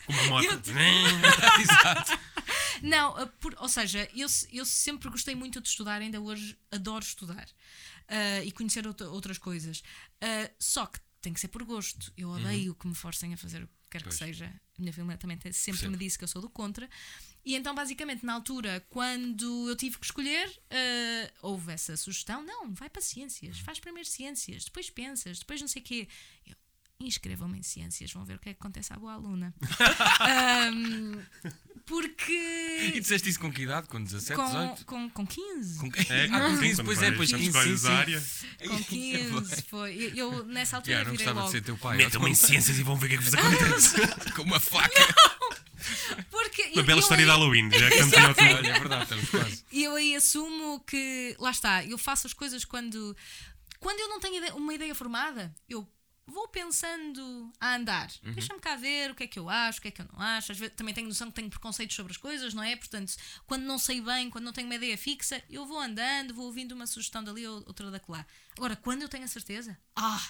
A: Com uma moto. [LAUGHS]
E: Não, uh, por- ou seja, eu, se- eu sempre gostei muito de estudar, ainda hoje adoro estudar uh, e conhecer outra- outras coisas. Uh, só que tem que ser por gosto. Eu odeio que me forcem a fazer o que quer que seja. A minha família também te- sempre me disse que eu sou do contra. E então, basicamente, na altura, quando eu tive que escolher, uh, houve essa sugestão: não, vai para ciências, faz primeiro ciências, depois pensas, depois não sei o quê. Eu, Inscrevam-me em ciências, vão ver o que é que acontece à boa aluna. Ahm, porque
F: E disseste isso com que idade? Com 17,
E: com,
F: 18?
E: com, com 15.
F: Com...
E: [LAUGHS]
F: É, com 15, pois é, pois 15. sim,
A: escolhes
F: sim.
A: a área.
F: [LAUGHS]
E: Com 15, foi. Eu, eu, nessa altura
F: Yeah, não
E: virei
F: gostava
E: logo.
F: de ser teu pai.
A: Metam-me em ciências e vão ver o que é que vos
E: Ah,
A: acontece.
F: [LAUGHS] Com uma faca.
E: Porque
A: Uma bela
E: eu,
A: história de
E: aí,
A: Halloween, já que estamos em outubro.
F: Olha, é verdade, estamos quase.
E: eu aí assumo que, lá está, eu faço as coisas quando. Quando eu não tenho ide- uma ideia formada, eu vou pensando a andar.
F: Uhum.
E: Deixa-me cá ver o que é que eu acho, o que é que eu não acho. Às vezes também tenho noção que tenho preconceitos sobre as coisas, não é? Portanto, quando não sei bem, quando não tenho uma ideia fixa, eu vou andando, vou ouvindo uma sugestão dali ou outra daquela. Agora, quando eu tenho a certeza, ah,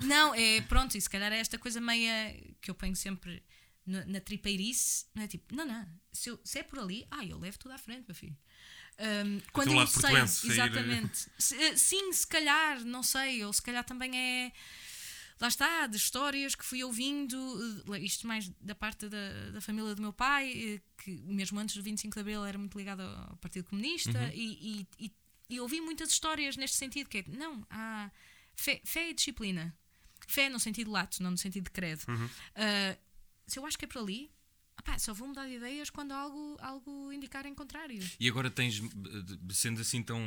E: Não, é pronto, e se calhar é esta coisa meia que eu ponho sempre na, na tripeirice, não é tipo, não, não, se, eu- se é por ali, ah, eu levo tudo à frente, meu filho. Ahm, quando eu
A: lado
E: não sei,
A: portuense, sair- eh,
E: exatamente. Se- eh, sim, se calhar, não sei, ou se calhar também é. Lá está, de histórias que fui ouvindo, eh, isto mais da parte da, da família do meu pai, eh, que mesmo antes do 25 de Abril era muito ligado ao Partido Comunista, e, e- e- e ouvi muitas histórias neste sentido, que é, não, há fé, fé e disciplina. Fé no sentido lato, não no sentido de credo. Ah, se eu acho que é por ali, opá, só vou mudar de ideias quando algo, algo indicar em contrário.
F: E agora tens, eh, sendo assim tão.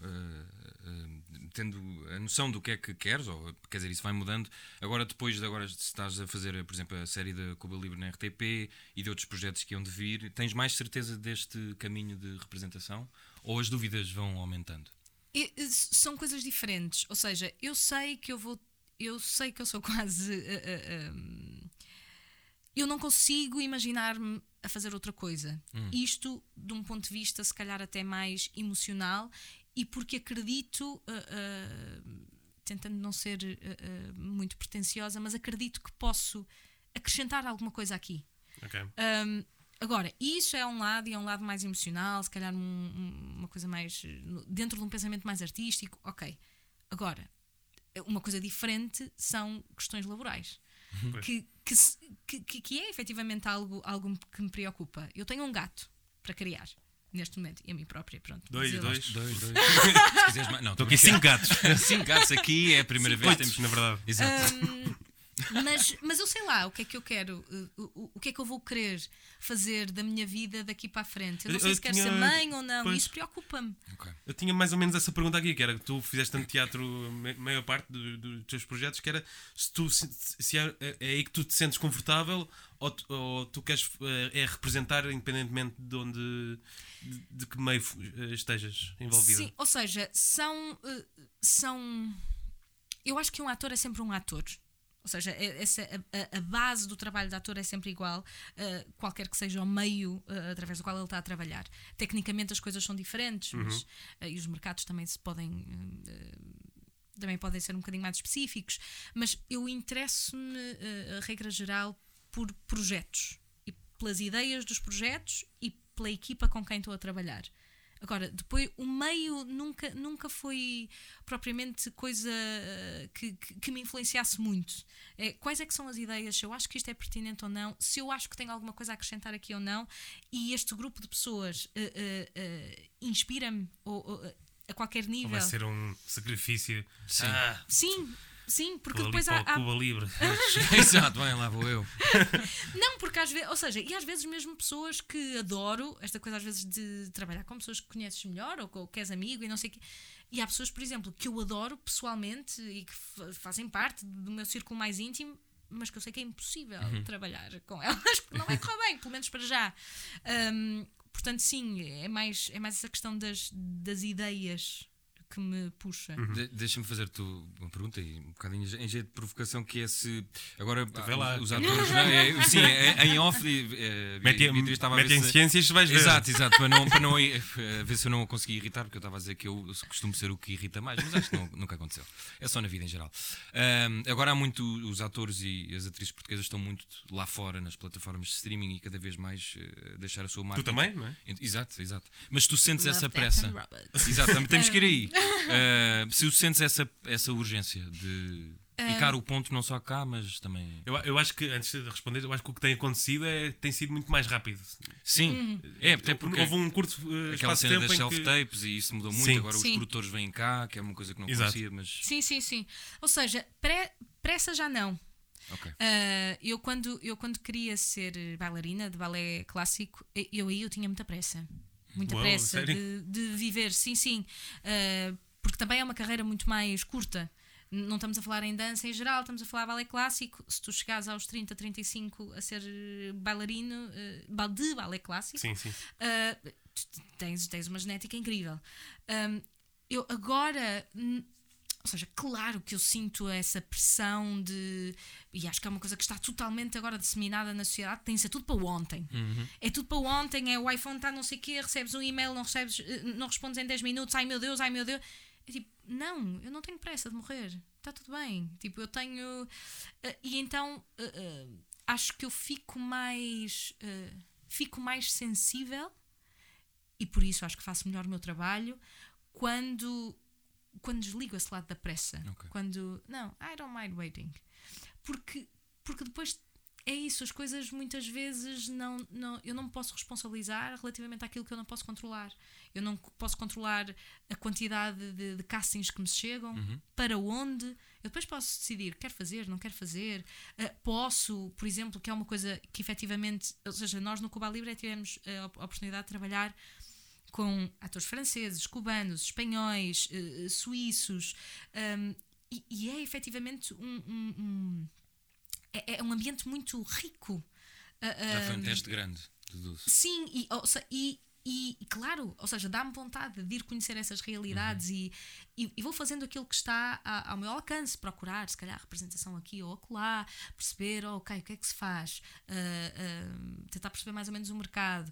F: eh, eh, tendo a noção do que é que queres, ou quer dizer, isso vai mudando. Agora, depois de agora estás a fazer, por exemplo, a série da Cuba Libre na RTP e de outros projetos que iam de vir, tens mais certeza deste caminho de representação? Ou as dúvidas vão aumentando?
E: E, e, s- são coisas diferentes. Ou seja, eu sei que eu vou. Eu sei que eu sou [LAUGHS] quase. eh, eh, eh, hum, eu não consigo imaginar-me a fazer outra coisa. Isto de um ponto de vista, se calhar, até mais emocional e porque acredito. eh, eh, tentando não ser eh, eh, muito pretenciosa, mas acredito que posso acrescentar alguma coisa aqui.
A: Ok.
E: Hum, agora, isso é um lado e é um lado mais emocional, se calhar um- um- uma coisa mais. eh, no- dentro de um pensamento mais artístico, ok. Agora, é, uma coisa diferente são questões laborais.
A: Uhum.
E: Que, que, se- que- que- que é efetivamente algo, algo que me preocupa. Eu tenho um gato para criar neste momento, e a mim própria, pronto.
A: Dois,
E: mas eu-
A: dois.
F: Dois, dois. [LAUGHS] Se quiseres mais. Não,
A: Estou aqui cinco gatos.
F: gatos aqui, é a primeira vez.
A: Oito, na verdade.
F: Exato.
E: Hum, [LAUGHS] Mas, mas eu sei lá o que é que eu quero, eh, o, o que é que eu vou querer fazer da minha vida daqui para a frente. Eu não
A: Eu-
E: sei
A: eu
E: se quero
A: tinha-
E: ser mãe ou não, e
A: pois.
E: isso preocupa-me.
F: [LAUGHS]
A: Eu tinha mais ou menos essa pergunta aqui, que era que tu fizeste tanto teatro, a maior parte do- do- dos teus projetos, que era se, tu, se, se é, é aí que tu te sentes confortável ou, tu- ou tu queres eh, é representar independentemente de onde, de, de que meio eh, estejas envolvida.
E: Sim, ou seja, são, eh, são. Eu acho que um ator é sempre um ator. Ou seja, é- essa, a- a, a base do trabalho de ator é sempre igual, eh, qualquer que seja o meio eh, através do qual ele está a trabalhar. Tecnicamente as coisas são diferentes, mas, eh, e os mercados também se podem. eh, também podem ser um bocadinho mais específicos, mas eu interesso-me, eh, a regra geral, por projetos e pelas ideias dos projetos e pela equipa com quem estou a trabalhar. Agora, depois, o meio nunca, nunca foi propriamente coisa eh, que, que- que me influenciasse muito. É, quais é que são as ideias? Se eu acho que isto é pertinente ou não? Se eu acho que tenho alguma coisa a acrescentar aqui ou não? E este grupo de pessoas eh, eh, eh, inspira-me ou- ou, eh, a qualquer nível?
A: Não vai ser um sacrifício.
G: Sim.
A: Ah,
E: Sim, sim, porque
A: Cuba,
E: depois
A: li-
E: há,
A: para o
E: há-
A: Cuba
C: [LAUGHS]
A: Libre.
G: Exato, bem, lá vou eu.
E: Não, porque às vezes, ou seja, e às vezes mesmo pessoas que adoro, esta coisa às vezes de trabalhar com pessoas que conheces melhor ou co- que és amigo e não sei o quê. E há pessoas, por exemplo, que eu adoro pessoalmente e que fa- fazem parte do meu círculo mais íntimo, mas que eu sei que é impossível trabalhar com elas, [LAUGHS] porque não vai correr bem, pelo menos para já. Ahm, portanto, sim, é mais, é mais essa questão das, das ideias que me puxa.
C: De- Deixa-me fazer te uma pergunta e um bocadinho em jeito de provocação que é se agora
A: vê lá.
C: os atores não, é, sim, é- em off é,
A: Mete,
C: Beatriz estava a ver
A: mete em
C: se-
A: ciências, vais ver.
C: Exato, exato, para não, para não ir- a ver se eu não a consegui irritar, porque eu estava a dizer que eu costumo ser o que irrita mais, mas acho que não- nunca aconteceu. É só na vida em geral. Ahm, agora há muito, os atores e as atrizes portuguesas estão muito lá fora nas plataformas de streaming e cada vez mais eh, deixar a sua marca.
A: Tu também, não é?
C: Exato, exato. Mas tu sentes
E: Love
C: essa
E: Death
C: pressa.
E: and Robots.
C: Exato, também temos que ir [LAUGHS] aí. Ah, se tu sentes essa, essa urgência de picar o ponto não só cá, mas também.
A: Eu, eu acho que, antes de responder, eu acho que o que tem acontecido é, tem sido muito mais rápido.
C: Sim, é, até porque
A: Houve um curto eh,
C: aquela
A: espaço de
C: cena
A: tempo
C: das
A: em que...
C: self-tapes e isso mudou muito.
A: Sim.
C: Agora os
E: Sim.
C: produtores vêm cá, que é uma coisa que não
A: Exato.
C: conhecia, mas.
E: Sim, sim, sim. Ou seja, pre- pressa já não.
C: Ok.
E: Ah, eu, quando, eu quando queria ser bailarina de balé clássico, eh, eu aí eu tinha muita pressa. Muita
A: Uau,
E: pressa
A: sério?
E: de, de viver, sim, sim. Ah, porque também é uma carreira muito mais curta. N- Não estamos a falar em dança em geral, estamos a falar balé clássico. Se tu chegares aos 30, 35 a ser eh, bailarino eh, ba- de balé clássico,
A: Sim, sim.
E: Uh, tu- tu tens, tens uma genética incrível. Um, eu agora. hum, Ou seja, claro que eu sinto essa pressão de. E acho que é uma coisa que está totalmente agora disseminada na sociedade. Tem de ser tudo para ontem. É tudo para ontem, é o iPhone está não sei o quê, recebes um e-mail, não, recebes, eh, não respondes em 10 minutos, ai meu Deus, ai meu Deus. É tipo, não, eu não tenho pressa de morrer. Está tudo bem. Tipo, eu tenho. eh, e então eh, eh, acho que eu fico mais. eh, fico mais sensível e por isso acho que faço melhor o meu trabalho quando quando desligo esse lado da pressa quando não I don't mind waiting porque porque depois é isso as coisas muitas vezes não não eu não me posso responsabilizar relativamente àquilo que eu não posso controlar eu não c- posso controlar a quantidade de, de castings que me chegam para onde eu depois posso decidir quero fazer não quero fazer Ah, posso por exemplo que é uma coisa que efetivamente ou seja nós no Cuba Libre tivemos ah, a op- a oportunidade de trabalhar com atores franceses, cubanos, espanhóis, eh, eh, suíços, ahm, e, e é efetivamente um, um- um- é, é um ambiente muito rico. Ah, ah,
C: Já foi um teste grande, deduzo.
E: Sim, e, ou se- e, e, e claro, ou seja, dá-me vontade de ir conhecer essas realidades
C: Uhum.
E: e, e, e vou fazendo aquilo que está a- ao meu alcance, procurar, se calhar, representação aqui ou acolá, perceber, oh, ok, o que é que se faz, Ah, ah, tentar perceber mais ou menos o mercado.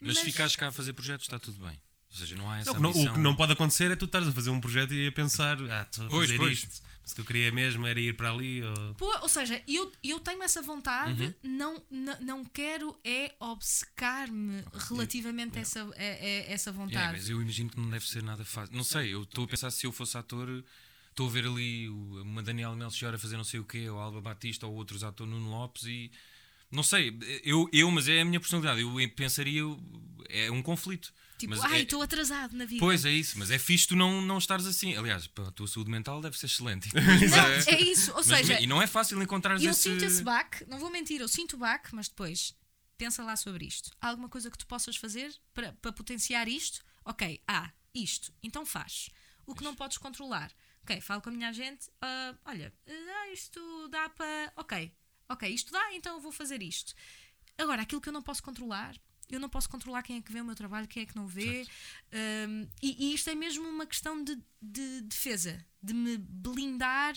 C: Mas se ficares cá a fazer projetos, está tudo bem. Ou seja, não há essa
A: Não, o que não-
C: ambição.
A: o que não pode acontecer é tu estares a fazer um projeto e a pensar, ah, estou a
C: Pois,
A: fazer
C: pois.
A: isto, mas o que eu queria mesmo era ir para ali. Ou...
E: Pô, ou seja, eu, eu tenho essa vontade,
C: Uhum.
E: não, não, não quero é obcecar-me relativamente a, essa, a, a- a essa
C: É,
E: vontade.
C: mas eu imagino que não deve ser nada fácil. Não sei, eu estou a pensar se eu fosse ator, estou a ver ali o- uma Daniela Melchior a fazer não sei o quê, ou a Alba Batista, ou outros atores, Nuno Lopes, e Não sei, eu, eu, mas é a minha personalidade. Eu pensaria, é um conflito.
E: Tipo,
C: Mas
E: ai,
C: é-
E: estou atrasado na vida.
C: Pois é isso, mas é fixe tu não, não estares assim. Aliás, pá, a tua saúde mental deve ser excelente. [LAUGHS]
E: Não, é isso. Ou
C: Mas-
E: seja,
C: e não é fácil encontrar
E: E eu
C: esse...
E: sinto esse baque, não vou mentir, eu sinto o baque, mas depois pensa lá sobre isto. Há alguma coisa que tu possas fazer para, para potenciar isto? Ok, há isto, então faz. O que não podes controlar? Ok, falo com a minha agente, ah, olha, ah, isto dá para. Ok, ok, isto dá, então eu vou fazer isto. Agora, aquilo que eu não posso controlar, eu não posso controlar quem é que vê o meu trabalho, quem é que não vê. Ahm, e, e isto é mesmo uma questão de, de defesa, de me blindar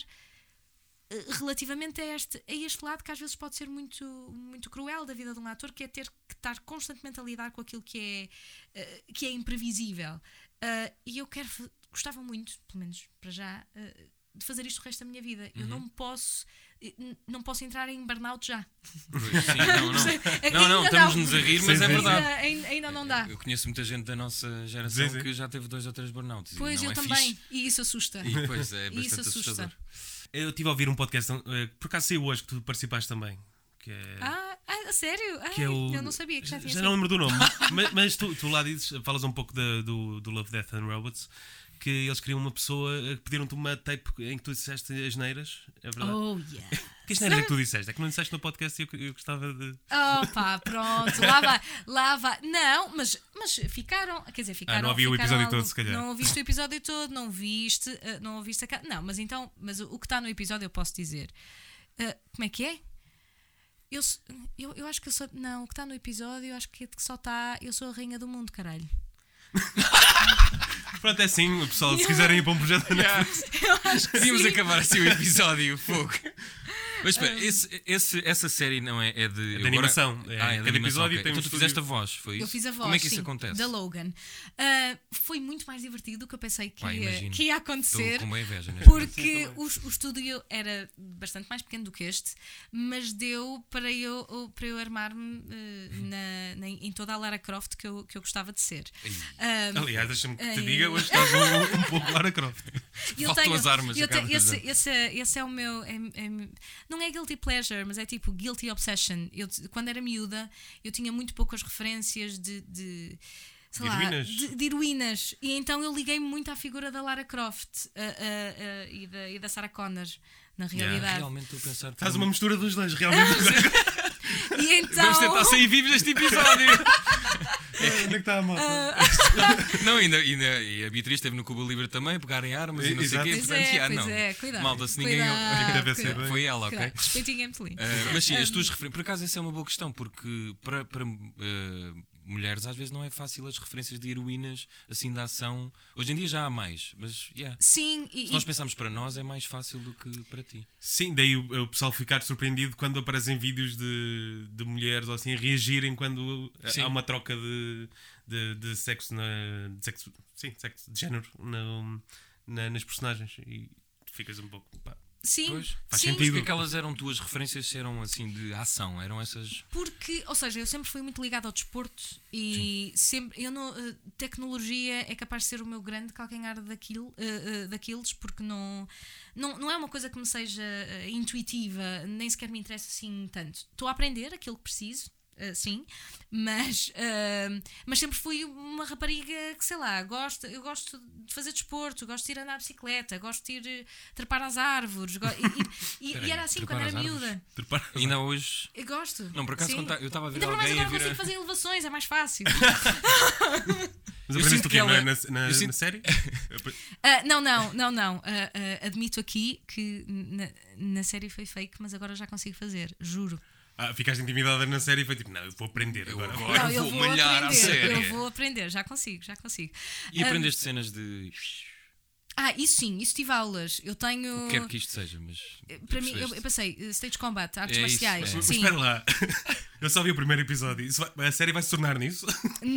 E: eh, relativamente a este, a este lado que às vezes pode ser muito, muito cruel da vida de um ator, que é ter que estar constantemente a lidar com aquilo que é, eh, que é imprevisível. Ah, e eu quero, fa- gostava muito, pelo menos para já, eh, de fazer isto o resto da minha vida. Eu
C: Uhum.
E: não posso, eh, n- não posso entrar em burnout já.
C: Pois, sim,
E: [LAUGHS]
C: não, não. Não, não,
E: Ainda
C: estamos-nos a rir, mas
A: Sim,
C: é
A: sim.
C: verdade. Eh,
E: Ainda, ainda- ainda é, não dá.
C: Eu conheço muita gente da nossa geração
A: Sim, sim.
C: que já teve dois ou três burnouts. e
E: Pois
C: não
E: eu
C: é
E: também.
C: fixe.
E: E isso assusta.
C: E depois é
E: [LAUGHS] Isso
C: bastante
E: assusta.
C: assustador.
A: Eu estive a ouvir um podcast, eh, por acaso saiu hoje que tu participaste também. Que é,
E: Ah, ah, a sério? Ai,
A: que é o-
E: Eu não sabia que já tinha
A: não
E: sido.
A: lembro do
E: [LAUGHS]
A: nome, mas, mas tu, tu lá dizes, falas um pouco da- do, do Love, Death and Robots, que eles queriam uma pessoa, eh, pediram-te uma tape em que tu disseste as neiras, é verdade?
E: Oh, yeah.
A: Que as neiras é que tu disseste, é que não disseste no podcast e eu, eu gostava de...
E: Oh pá, pronto, lá vai, lá vai. Não, mas, mas ficaram, quer dizer, ficaram.
C: Ah,
A: não havia o
E: ficaram
A: episódio todo, se calhar.
E: Não ouviste o episódio todo, não viste, eh, não ouviste a ca- Não, mas então, mas o o que está no episódio eu posso dizer. Eh, como é que é? Eu, s- eu, eu acho que eu sou. Não, o que está no episódio eu acho que é de que só está. Eu sou a rainha do mundo, caralho. [LAUGHS]
A: Pronto, é assim, pessoal, se quiserem ir para um projeto da
C: [LAUGHS]
A: Netflix,
E: Eu acho que
C: Podíamos
E: sim. Hum.
C: acabar assim o episódio, [LAUGHS] fogo. Mas espera, esse- esse- essa série não é, é de. agora-
A: animação. É,
C: Ah, é de
A: cada
C: animação,
A: episódio
C: ok.
A: tem um
C: Então tu
A: estúdio.
C: fizeste a voz, foi isso?
E: Eu fiz a voz
C: Como é que isso
E: sim,
C: acontece?
E: da Logan. Ah, foi muito mais divertido do que eu pensei que,
C: Pá,
E: ia,
C: imagino.
E: que ia
C: Estou
E: acontecer.
C: com uma inveja, né?
E: Porque o, o estúdio era bastante mais pequeno do que este, mas deu para eu, para eu armar-me eh, na- na- em toda a Lara Croft que eu, que eu gostava de ser. Ahm,
A: aliás, deixa-me que te
E: Ai.
A: diga, hoje estás um, um pouco Lara Croft.
E: eu
C: Faltam
E: tenho-
C: as armas,
E: eu
C: acaba
E: tenho-
C: de
E: esse,
C: dizer.
E: esse, é- esse é o meu. é- é- não é guilty pleasure, mas é tipo guilty obsession. Eu, t- quando era miúda, eu tinha muito poucas referências de. de
A: De
E: Sei lá,
A: heroínas.
E: de, de heroínas. E então eu liguei-me muito à figura da Lara Croft ah, ah, ah, e, da, e da Sarah Connor, na realidade.
C: Realmente estou a pensar. que
A: Estás
C: era
A: uma mistura dos dois, realmente.
E: [LAUGHS] E então.
C: Vamos tentar sair vivos
E: [LAUGHS]
C: deste episódio.
A: Onde é que está a moto?
E: Ah.
C: não, ainda, ainda, e a Beatriz esteve no Cuba Livre também, pegarem armas e não sei o
A: Exato.
C: quê.
E: Pois
C: portanto,
E: é,
C: ah,
E: pois
C: não.
E: é, cuidado.
C: Malta, se ninguém-
E: Cuidado,
A: Tem que haver
C: [LAUGHS]
E: cuidado,
C: Foi ela, ok?
E: cuidado. Respeitinho a Emily.
C: Ah, mas sim, as tuas referências. Por acaso, essa é uma boa questão, porque para, para, ah, mulheres às vezes não é fácil as referências de heroínas assim da ação. Hoje em dia já há mais, mas yeah.
E: Sim, e,
C: se nós pensarmos para nós é mais fácil do que para ti.
A: Sim, daí o, o pessoal ficar surpreendido quando aparecem vídeos de, de mulheres ou assim reagirem quando
C: Sim.
A: há uma troca de, de, de sexo na. De sexo, sim, sexo de género na- na- nas personagens e tu ficas um pouco. pá.
E: e- sim,
C: Pois,
A: faz
E: sim,
A: sentido.
C: Mas porque aquelas eram tuas referências, se eram assim de ação, eram essas.
E: Porque, ou seja, eu sempre fui muito ligada ao desporto e sempre eu não, eh, tecnologia é capaz de ser o meu grande calcanhar daquilo, eh, eh, daqueles, porque não, não, não é uma coisa que me seja eh, intuitiva, nem sequer me interessa assim tanto. Estou a aprender aquilo que preciso. eh, sim, mas, eh, mas sempre fui uma rapariga que, sei lá, gosta, eu gosto de fazer desporto, gosto de ir andar de bicicleta, gosto de ir eh, trepar às árvores, go- e- e, e- e
C: Peraí,
E: era assim
C: trepar
E: quando era
C: às árvores?
E: miúda.
A: Trepar-
C: Ainda hoje.
E: Eu gosto.
C: Não, por acaso,
E: Sim.
C: quando ta- eu estava a ver
E: Ainda para Então, mais
C: alguém
E: agora
C: a vir.
E: consigo
C: a-
E: fazer elevações, é
C: [LAUGHS]
E: mais fácil.
A: Mas
C: Eu
A: aprendeste
C: sinto
A: o quê?
C: que
A: Na,
C: ela-
A: na, na-
C: eu sinto-
A: na [LAUGHS] série?
E: Ah, não, não, não, não. Ah, ah, admito aqui que na, na série foi fake, mas agora já consigo fazer, juro.
A: Ah, ficaste intimidada na série e foi tipo, não, eu vou aprender agora.
C: agora.
E: não,
C: vou malhar à séria.
E: Eu vou aprender, já consigo, já consigo.
C: E aprendeste cenas de.
E: Ah, isso sim, isso tive aulas. Eu tenho.
C: O que é que isto seja, mas.
E: Eh, Para mim, eu,
C: percebeste.
E: eu passei eh, stage combat, artes
C: É isso,
E: marciais.
C: é. Mas
E: Sim.
A: Espera lá. [LAUGHS] Eu só vi o primeiro episódio. Isso vai- a série vai se tornar nisso?
E: Não,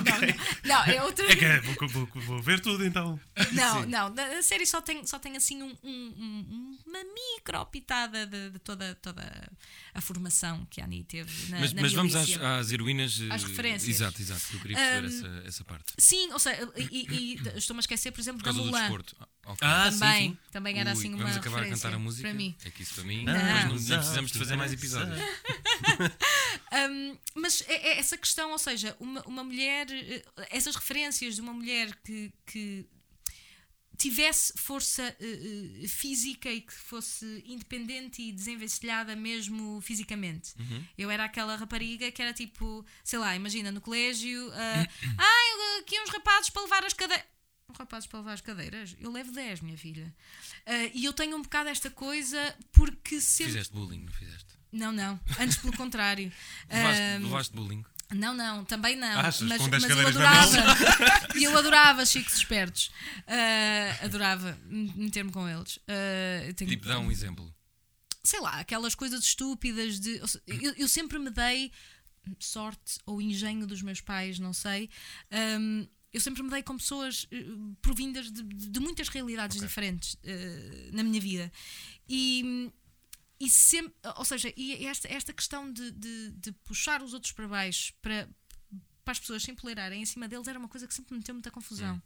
C: [LAUGHS]
E: não, não, não. Não, é outra.
A: É que é, vou, vou- vou ver tudo então.
E: Não, não, na- a série só tem, só tem assim um- um- um- uma micro pitada de, de toda, toda a formação que a Ani teve na,
C: Mas,
E: na
C: mas vamos às,
E: milícia.
C: às heroínas. eh,
E: Às referências.
C: Exato, exato. Eu queria perceber essa, essa parte.
E: Sim, ou seja, e, e- e estou-me a esquecer, por exemplo,
C: Por
E: da
C: causa do
E: Mulan.
C: desporto. Ah, Ok.
A: Ah,
E: também,
A: sim, sim.
E: também era
C: Ui,
E: assim uma
C: vamos acabar a
E: referência
C: cantar a música?
E: para mim. Ah.
C: É que isso para mim,
E: Não.
C: depois não, nem precisamos de fazer mais episódios.
E: Um, mas é- é essa questão, ou seja, uma, uma mulher, eh, essas referências de uma mulher que, que tivesse força eh, eh, física e que fosse independente e desenvencilhada mesmo fisicamente. Eu era aquela rapariga que era tipo, sei lá, imagina no colégio, ah, "Ai, aqui uns rapazes para levar as cadeiras. Rapazes para levar as cadeiras? Eu levo 10, minha filha. Ah, e eu tenho um bocado esta coisa porque sempre.
C: Fizeste bullying, não fizeste?
E: Não, não. Antes pelo contrário.
C: Levaste,
E: Ah,
C: levaste bullying.
E: não, não, também não.
C: Achas?
E: mas
C: Com dez
E: mas eu
C: cadeiras na mão?
E: adorava. [LAUGHS] E eu adorava Chicos Espertos. Ah, adorava m- meter-me com eles. Ah, eu tenho-
C: Tipo, dá um exemplo.
E: Sei lá, aquelas coisas estúpidas de. ou se- Eu, eu sempre me dei sorte ou engenho dos meus pais, não sei. Ahm, eu sempre me dei com pessoas eh, provindas de, de- de muitas realidades diferentes eh, na minha vida. E, e sempre, ou seja, e esta, esta questão de, de- de puxar os outros para baixo para, para as pessoas se empoleirarem em cima deles era uma coisa que sempre me meteu muita
C: Hum.
E: confusão.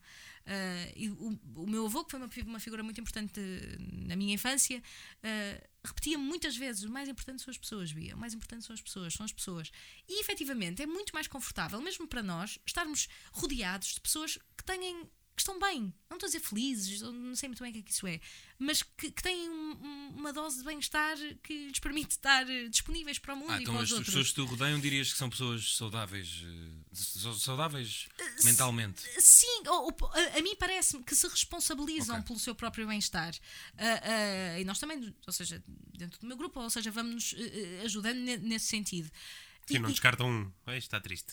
E: Ah, e o, o meu avô, que foi uma, fi- uma figura muito importante na minha infância, ah, repetia muitas vezes: o mais importante são as pessoas, Bia, o mais importante são as pessoas, são as pessoas. E efetivamente é muito mais confortável, mesmo para nós, estarmos rodeados de pessoas que têm que estão bem, não estou a dizer felizes, eu não sei muito bem o que é que isso é, mas que, que têm um- um- uma dose de bem-estar que lhes permite estar eh, disponíveis para o mundo
C: Ah,
E: e
C: então
E: para
C: as
E: os
C: as
E: outros.
C: pessoas que tu rodeiam dirias que são pessoas saudáveis, eh, sa- saudáveis mentalmente.
E: Sim, ou- ou- a, a mim parece-me que se responsabilizam
C: Ok.
E: pelo seu próprio bem-estar. Ah, ah, e nós também, ou seja, dentro do meu grupo, ou seja, vamos-nos eh, eh, ajudando ne- nesse sentido.
A: Sim,
E: E-
A: não
E: e-
A: descartam um. Ai, está triste.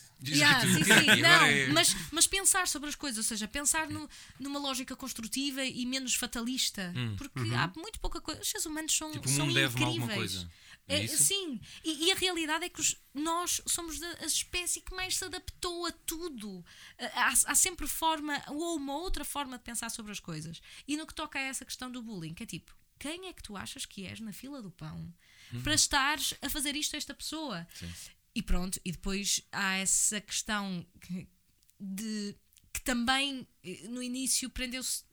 C: [LAUGHS]
E: Yeah, sim, sim,
C: E agora
E: não,
C: é-
E: mas, mas pensar sobre as coisas, ou seja, pensar no- numa lógica construtiva e menos fatalista, porque há muito pouca coisa. Os seres humanos são,
C: Hum, uhum. Tipo, o
E: são
C: mundo deve-me
E: incríveis.
C: alguma coisa. É
E: É,
C: isso?
E: sim, e, e a realidade é que os- nós somos da- a espécie que mais se adaptou a tudo. Ah, Há, há sempre forma ou uma outra forma de pensar sobre as coisas. E no que toca a essa questão do bullying, que é tipo, quem é que tu achas que és na fila do pão para estares a fazer isto a esta pessoa? E pronto, e depois há essa questão que- de que também eh, no início prendeu-se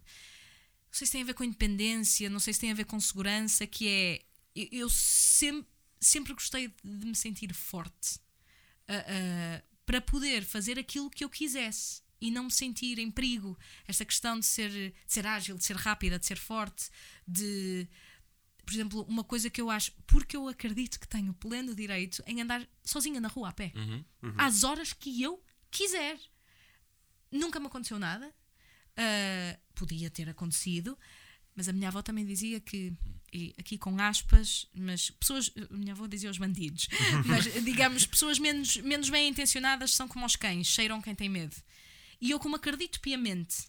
E: não sei se tem a ver com independência, não sei se tem a ver com segurança, que é eu, eu sempre, sempre gostei de me sentir forte ah, ah, para poder fazer aquilo que eu quisesse e não me sentir em perigo. Esta questão de ser, de ser ágil, de ser rápida, de ser forte, de por exemplo, uma coisa que eu acho, porque eu acredito que tenho pleno direito em andar sozinha na rua a pé, às horas que eu quiser. Nunca me aconteceu nada, Uh, podia ter acontecido, mas a minha avó também dizia que, e aqui com aspas, mas pessoas, a minha avó dizia
C: [LAUGHS]
E: os bandidos, mas digamos, pessoas menos, menos bem intencionadas são como os cães, cheiram quem tem medo. E eu, como acredito piamente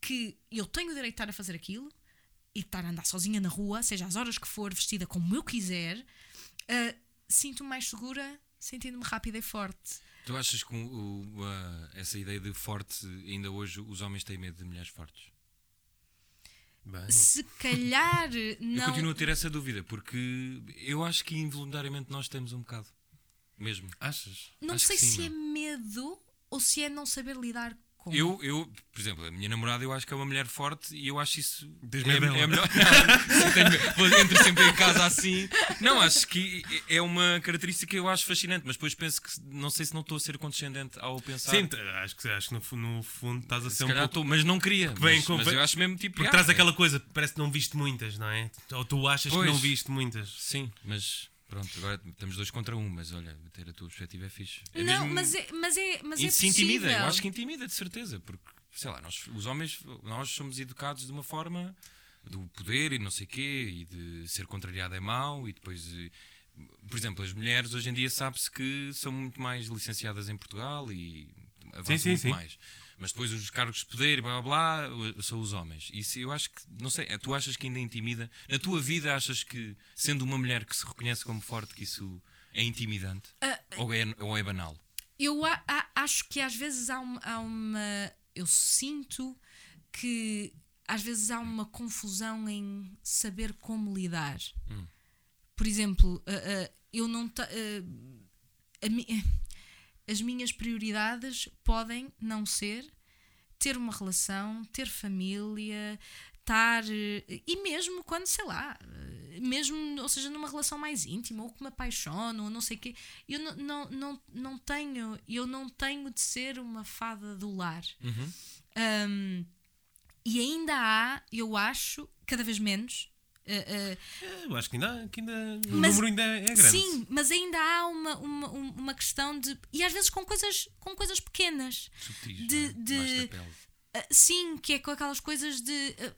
E: que eu tenho o direito de estar a fazer aquilo e de estar a andar sozinha na rua, seja às horas que for, vestida como eu quiser, uh, sinto-me mais segura, sentindo-me rápida e forte.
C: Tu achas que o- o- a- essa ideia de forte, ainda hoje, os homens têm medo de mulheres fortes?
A: Bem,
E: Se calhar
C: Eu
E: não.
C: continuo a ter essa dúvida, porque eu acho que involuntariamente nós temos um bocado. Mesmo.
A: achas?
E: Não
C: Acho
E: sei
C: que sim,
E: se é
C: meu.
E: medo ou se é não saber lidar com.
C: Eu, eu, por exemplo, a minha namorada eu acho que é uma mulher forte e eu acho isso.
A: Tens
C: é,
A: medo
C: é
A: dela?
C: melhor. [LAUGHS] Não, tenho medo. Vou- Entro sempre em casa assim. Não, acho que é uma característica que eu acho fascinante, mas depois penso que não sei se não estou a ser condescendente ao pensar.
A: Sim, t- acho que, acho que no, fu- no fundo estás a
C: se
A: ser um
C: calhar
A: pouco.
C: estou, mas não queria.
A: Bem,
C: mas,
A: com-
C: mas eu acho mesmo tipo.
A: Porque
C: ah,
A: traz
C: é-
A: aquela coisa, parece que não viste muitas, não é? Ou tu achas
C: Pois.
A: que não viste muitas.
C: Sim, mas pronto, agora estamos dois contra um, mas olha, ter a tua perspectiva é fixe. É
E: não,
C: mesmo-
E: mas é, mas é, mas é
C: E se intimida, eu
E: possível.
C: acho que intimida, de certeza, porque, sei lá, nós, os homens, nós somos educados de uma forma do poder e não sei quê, e de ser contrariado é mau, e depois, eh, por exemplo, as mulheres hoje em dia sabe-se que são muito mais licenciadas em Portugal e
A: Sim,
C: avançam
A: sim,
C: muito
A: sim.
C: mais. Mas depois os cargos de poder, e blá blá blá, são os homens. Isso eu acho que, não sei, eh, tu achas que ainda intimida? Na tua vida achas que, sendo uma mulher que se reconhece como forte, que isso é intimidante?
E: Ah,
C: ou, é, ou é banal?
E: Eu a- a- acho que às vezes há uma, há uma- Eu sinto que às vezes há uma confusão em saber como lidar.
C: Hum.
E: Por exemplo, a- a- eu não. ta- a- a mi- [LAUGHS] as minhas prioridades podem não ser ter uma relação, ter família, estar. eh, E mesmo quando, sei lá, eh, mesmo, ou seja, numa relação mais íntima, ou que me apaixono, ou não sei o quê, eu não, não, não, não tenho, eu não tenho de ser uma fada do lar.
A: Uhum.
E: Ahm, e ainda há, eu acho, cada vez menos. eh, eh,
A: Eu acho que ainda, que ainda o
E: Mas-
A: número ainda é grande.
E: Sim, mas ainda há uma, uma, um- uma questão de. E às vezes com coisas, com coisas pequenas.
C: Subtis,
E: De-
C: não é? Debaixo
E: de-
C: da pele.
E: Ah, sim, que é com aquelas coisas de. ah,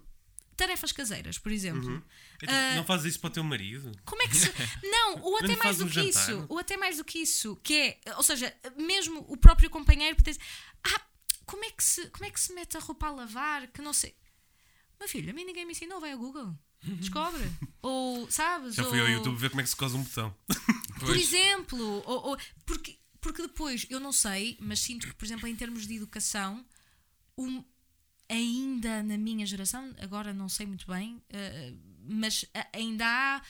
E: tarefas caseiras, por exemplo.
A: Então, Não fazes isso para o teu marido?
E: Como é que
A: [LAUGHS]
E: se. Não, ou
A: Não
E: até
A: lhe
E: mais
A: faz
E: do
A: um
E: que
A: jantar?
E: isso. Ou até mais do que isso. Que é. Ou seja, mesmo o próprio companheiro poder dizer. Ah, como é que se, como é que se mete a roupa a lavar? Que não sei. Meu filho, a mim ninguém me ensinou, vai
A: [LAUGHS]
E: ao Google. Descobre. ou, sabes?
A: Já fui ao
E: ou-
A: YouTube ver como é que se cosa um botão.
E: por exemplo, ou- ou- porque, porque depois, eu não sei, mas sinto que, por exemplo, em termos de educação, o- ainda na minha geração, agora não sei muito bem, eh, mas a- ainda há,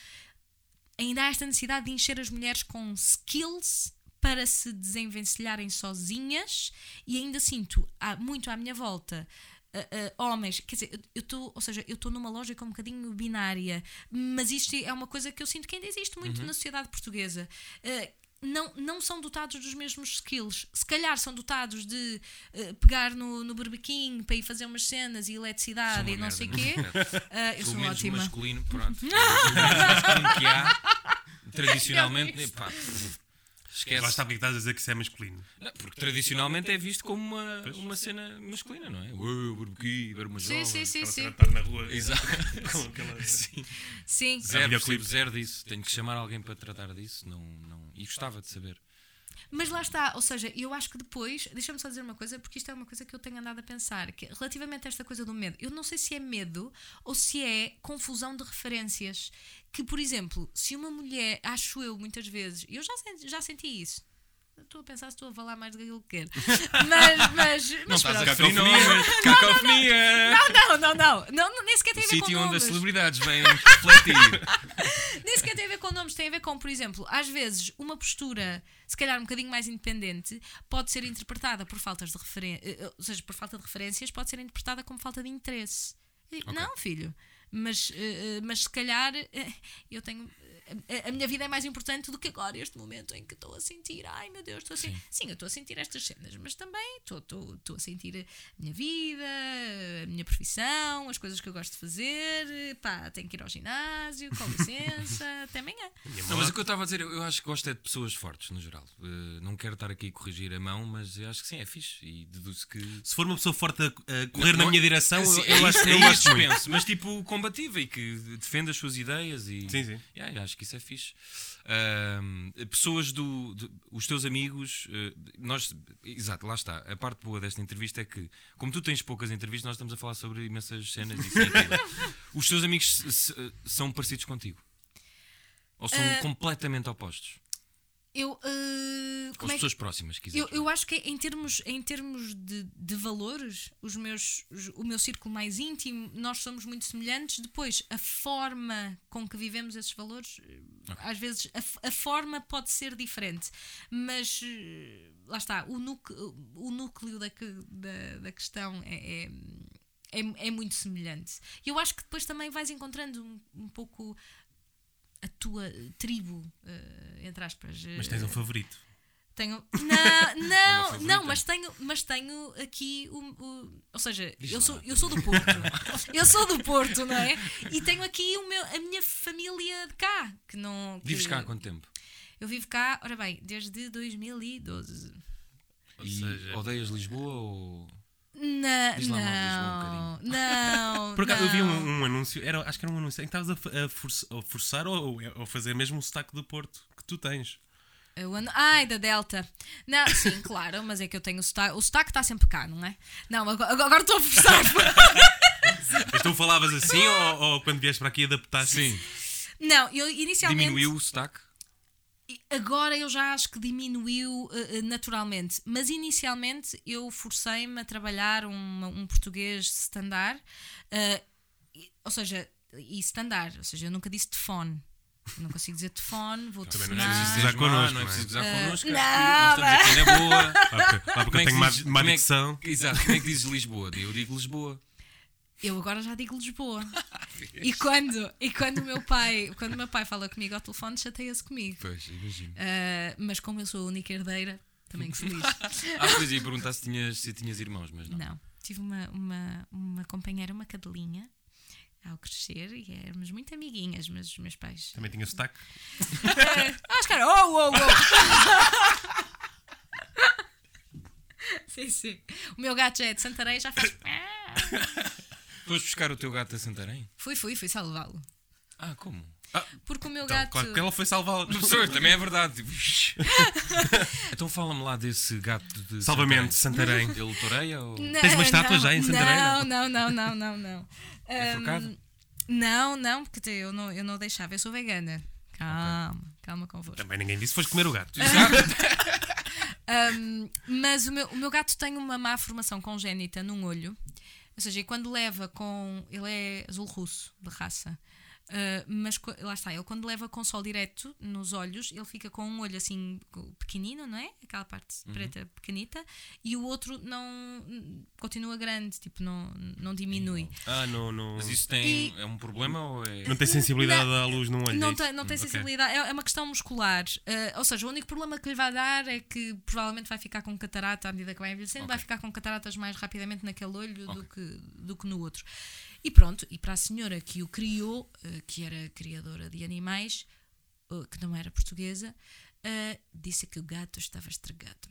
E: ainda há esta necessidade de encher as mulheres com skills para se desenvencilharem sozinhas e ainda sinto há, muito à minha volta. eh, eh, homens, quer dizer, eu- eu estou, ou seja, eu estou numa lógica um bocadinho binária, mas isto é uma coisa que eu sinto que ainda existe muito
C: Uhum.
E: na sociedade portuguesa. Eh, não, não são dotados dos mesmos skills. Se calhar são dotados de eh, pegar no, no berbequim para ir fazer umas cenas e
C: Sou
E: eletricidade
C: uma
E: e não
C: merda
E: sei
C: [LAUGHS]
E: o
C: nesse
E: quê.
C: aspecto.
E: Eh, eu
C: Pelo
E: sou
C: menos
E: ótima.
C: masculino,
E: [LAUGHS]
C: pronto. Pelo menos masculino que há, tradicionalmente, pá, esquece.
A: Lá está porque estás a dizer que isso é masculino.
C: Não, porque tradicionalmente é visto como uma, uma cena masculina, não é? Ué, barbequi, barba
E: Sim, sim, sim, sim.
A: Estar na rua
C: Exato.
A: [LAUGHS] com aquela.
E: Sim.
C: Zero,
A: Havia
C: percebo
A: clipes.
C: zero disso. Tenho que chamar alguém para tratar disso. Não, não... E gostava de saber.
E: Mas lá está, ou seja, eu acho que depois, deixa-me só dizer uma coisa, porque isto é uma coisa que eu tenho andado a pensar, que é relativamente a esta coisa do medo, eu não sei se é medo ou se é confusão de referências. Que, por exemplo, se uma mulher, acho eu muitas vezes, e eu já, sen- já senti isso. Estou a pensar se estou a falar mais do que aquilo
C: [LAUGHS]
E: que quero. Mas, mas, mas pronto.
A: referir, não.
C: Cacofonia!
E: Não, não, não, não. não, Nem sequer tem
C: O
E: a ver com
C: sítio onde as
E: nomes.
C: celebridades vêm refletir.
E: Nem sequer tem a ver com nomes, tem a ver com, por exemplo, às vezes uma postura, se calhar um bocadinho mais independente, pode ser interpretada por faltas de referências, ou seja, por falta de referências, pode ser interpretada como falta de interesse. E, Não, filho, mas, eh, eh, mas se calhar eh, eu tenho. eh, A, a minha vida é mais importante do que agora, este momento em que estou a sentir, ai meu Deus, estou a sentir. Sim, eu estou a sentir estas cenas, mas também estou- estou estou a sentir a minha vida, a minha profissão, as coisas que eu gosto de fazer, pá, tenho que ir ao ginásio, com
C: [LAUGHS]
E: licença, até amanhã.
C: Não, mas o que eu estava a dizer, eu eu acho que gosto é de pessoas fortes, no geral. Eh, não quero estar aqui a corrigir a mão, mas eu acho que sim, é fixe. E deduzo que.
A: Se for uma pessoa forte a, a correr
C: Não,
A: na
C: não-
A: minha direção,
C: É
A: eu,
C: assim,
A: eu acho que
C: é isso,
A: não
C: é isso,
A: gosto muito.
C: penso, mas tipo combativa e que defende as suas ideias e
A: Sim, sim.
C: Yeah, eu acho que isso é fixe. Ahm, pessoas do, de- os teus amigos, eh, nós, exato, lá está. A parte boa desta entrevista é que, como tu tens poucas entrevistas, nós estamos a falar sobre imensas cenas e isso
A: [LAUGHS]
C: é incrível. Os teus amigos se- se- são parecidos contigo. Ou são completamente opostos?
E: Eu, eh,
C: Ou as
E: como é que-
C: pessoas próximas, quiser.
E: Eu, eu acho que em termos, em termos de, de valores, os meus, os- o meu círculo mais íntimo, nós somos muito semelhantes. Depois, a forma com que vivemos esses valores, eh, às vezes a, f- a forma pode ser diferente, mas eh, lá está, o, núc- o núcleo da, que- da, da questão é- é, é, é muito semelhante. E eu acho que depois também vais encontrando um, um pouco a tua eh, tribo, eh, entre aspas. eh,
A: Mas tens um favorito.
C: [LAUGHS]
E: tenho. Não, não,
C: favorita.
E: não, mas tenho, mas tenho aqui o. o- ou seja,
C: Diz
E: eu
C: lá.
E: sou, eu sou do
C: [LAUGHS]
E: Porto. eu sou do Porto, não é? E tenho aqui o meu, a minha família de cá. Que não, que-
C: Vives cá há quanto tempo?
E: Eu vivo cá, ora bem, desde 2012.
C: e odeias Lisboa ou.
E: Na,
C: Diz lá mal de Lisboa um
E: não,
C: [LAUGHS]
E: não.
A: Por acaso eu vi
E: não.
A: um, um anúncio, era, acho que era um anúncio em que estavas a, f- a força- a forçar ou ou a fazer mesmo o sotaque do Porto que tu tens.
E: Eu ando... Ai, da Delta. Não,
C: [LAUGHS]
E: sim, claro, mas é que eu tenho o sotaque. O sotaque está sempre cá, não é? Não, agora agora estou a forçar.
C: [LAUGHS]
A: Mas tu falavas assim
E: [LAUGHS]
A: ou, ou quando vieste para aqui adaptaste? Sim.
E: Não, eu inicialmente.
C: Diminuiu o sotaque?
E: E Agora eu já acho que diminuiu eh, eh, naturalmente, mas inicialmente eu forcei-me a trabalhar um, um português standard, eh, e- ou seja, e standard, ou seja, eu nunca disse telefone. Eu não consigo dizer telefone, vou
A: Também não
E: telefonar.
A: é preciso
C: Não
A: Já
C: é
A: connosco,
C: não é
A: não é?
C: preciso gozar connosco.
E: não,
C: acho que nós estamos aqui
E: [LAUGHS]
C: na boa. é
F: é
A: Ah, porque, ah, porque eu tenho má, má
C: como é que-
A: dicção.
C: exato, como é que dizes Lisboa? Eu digo Lisboa.
E: Eu agora já
A: [LAUGHS]
E: digo Lisboa.
A: Ah,
E: e quando, e quando o meu pai, quando o meu pai fala comigo ao telefone, chateia-se comigo.
F: Pois, imagino.
E: Ah, mas como eu sou a única herdeira, também que se diz.
F: Ah, pois ia perguntar se tinhas, se tinhas irmãos, mas não.
E: Não. Tive uma, uma, uma companheira, uma cadelinha, ao crescer, e éramos muito amiguinhas, mas os meus
A: [LAUGHS]
E: pais.
A: Também tinha sotaque.
E: Ah, os caras, oh,
A: [LAUGHS]
E: oh, oh! sim, sim. O meu gato já é de Santarém, já faz. "Ah."
F: Foste buscar o teu gato a Santarém?
E: Fui, fui, fui salvá-lo.
F: Ah, como?
E: Porque o meu
A: Então,
E: gato.
A: claro que ela foi
E: [LAUGHS]
A: salvá-lo.
F: Professor, também é verdade. Tipo, "Ixi." então fala-me lá desse gato de
A: Salvamento, Santarém.
F: Ele toreia ou.
E: Não,
A: Tens uma estátua já em Santarém, é?
E: Não, não, não, não, não, não.
F: É
E: Ahm,
F: forcado?
E: não, não, porque eu não, eu não deixava, eu sou vegana. Calma, calma convosco.
A: Também ninguém disse, foste comer o gato.
E: Ahm, mas o meu, o meu gato tem uma má formação congénita num olho. Ou seja, e quando leva com. Ele é azul russo, de raça. Ah, mas co- lá está, ele quando leva com sol direto nos olhos, ele fica com um olho assim co- pequenino, não é? Aquela parte preta pequenita, e o outro não continua grande, tipo, não, não diminui.
A: Ah, não, não.
F: Mas isso tem.
E: E-
F: É um problema ou é.
A: Não tem sensibilidade à luz num olho. é
E: Não
A: isso?
E: tem, não tem
A: Ok.
E: sensibilidade, é é uma questão muscular. Eh, ou seja, o único problema que lhe vai dar é que provavelmente vai ficar com catarata à medida que vai envelhecendo, vai ficar com cataratas mais rapidamente naquele olho do, que, do que no outro. E pronto, e para a senhora que o criou, eh, que era criadora de animais, eh, que não era portuguesa, eh, disse que o gato estava estragado.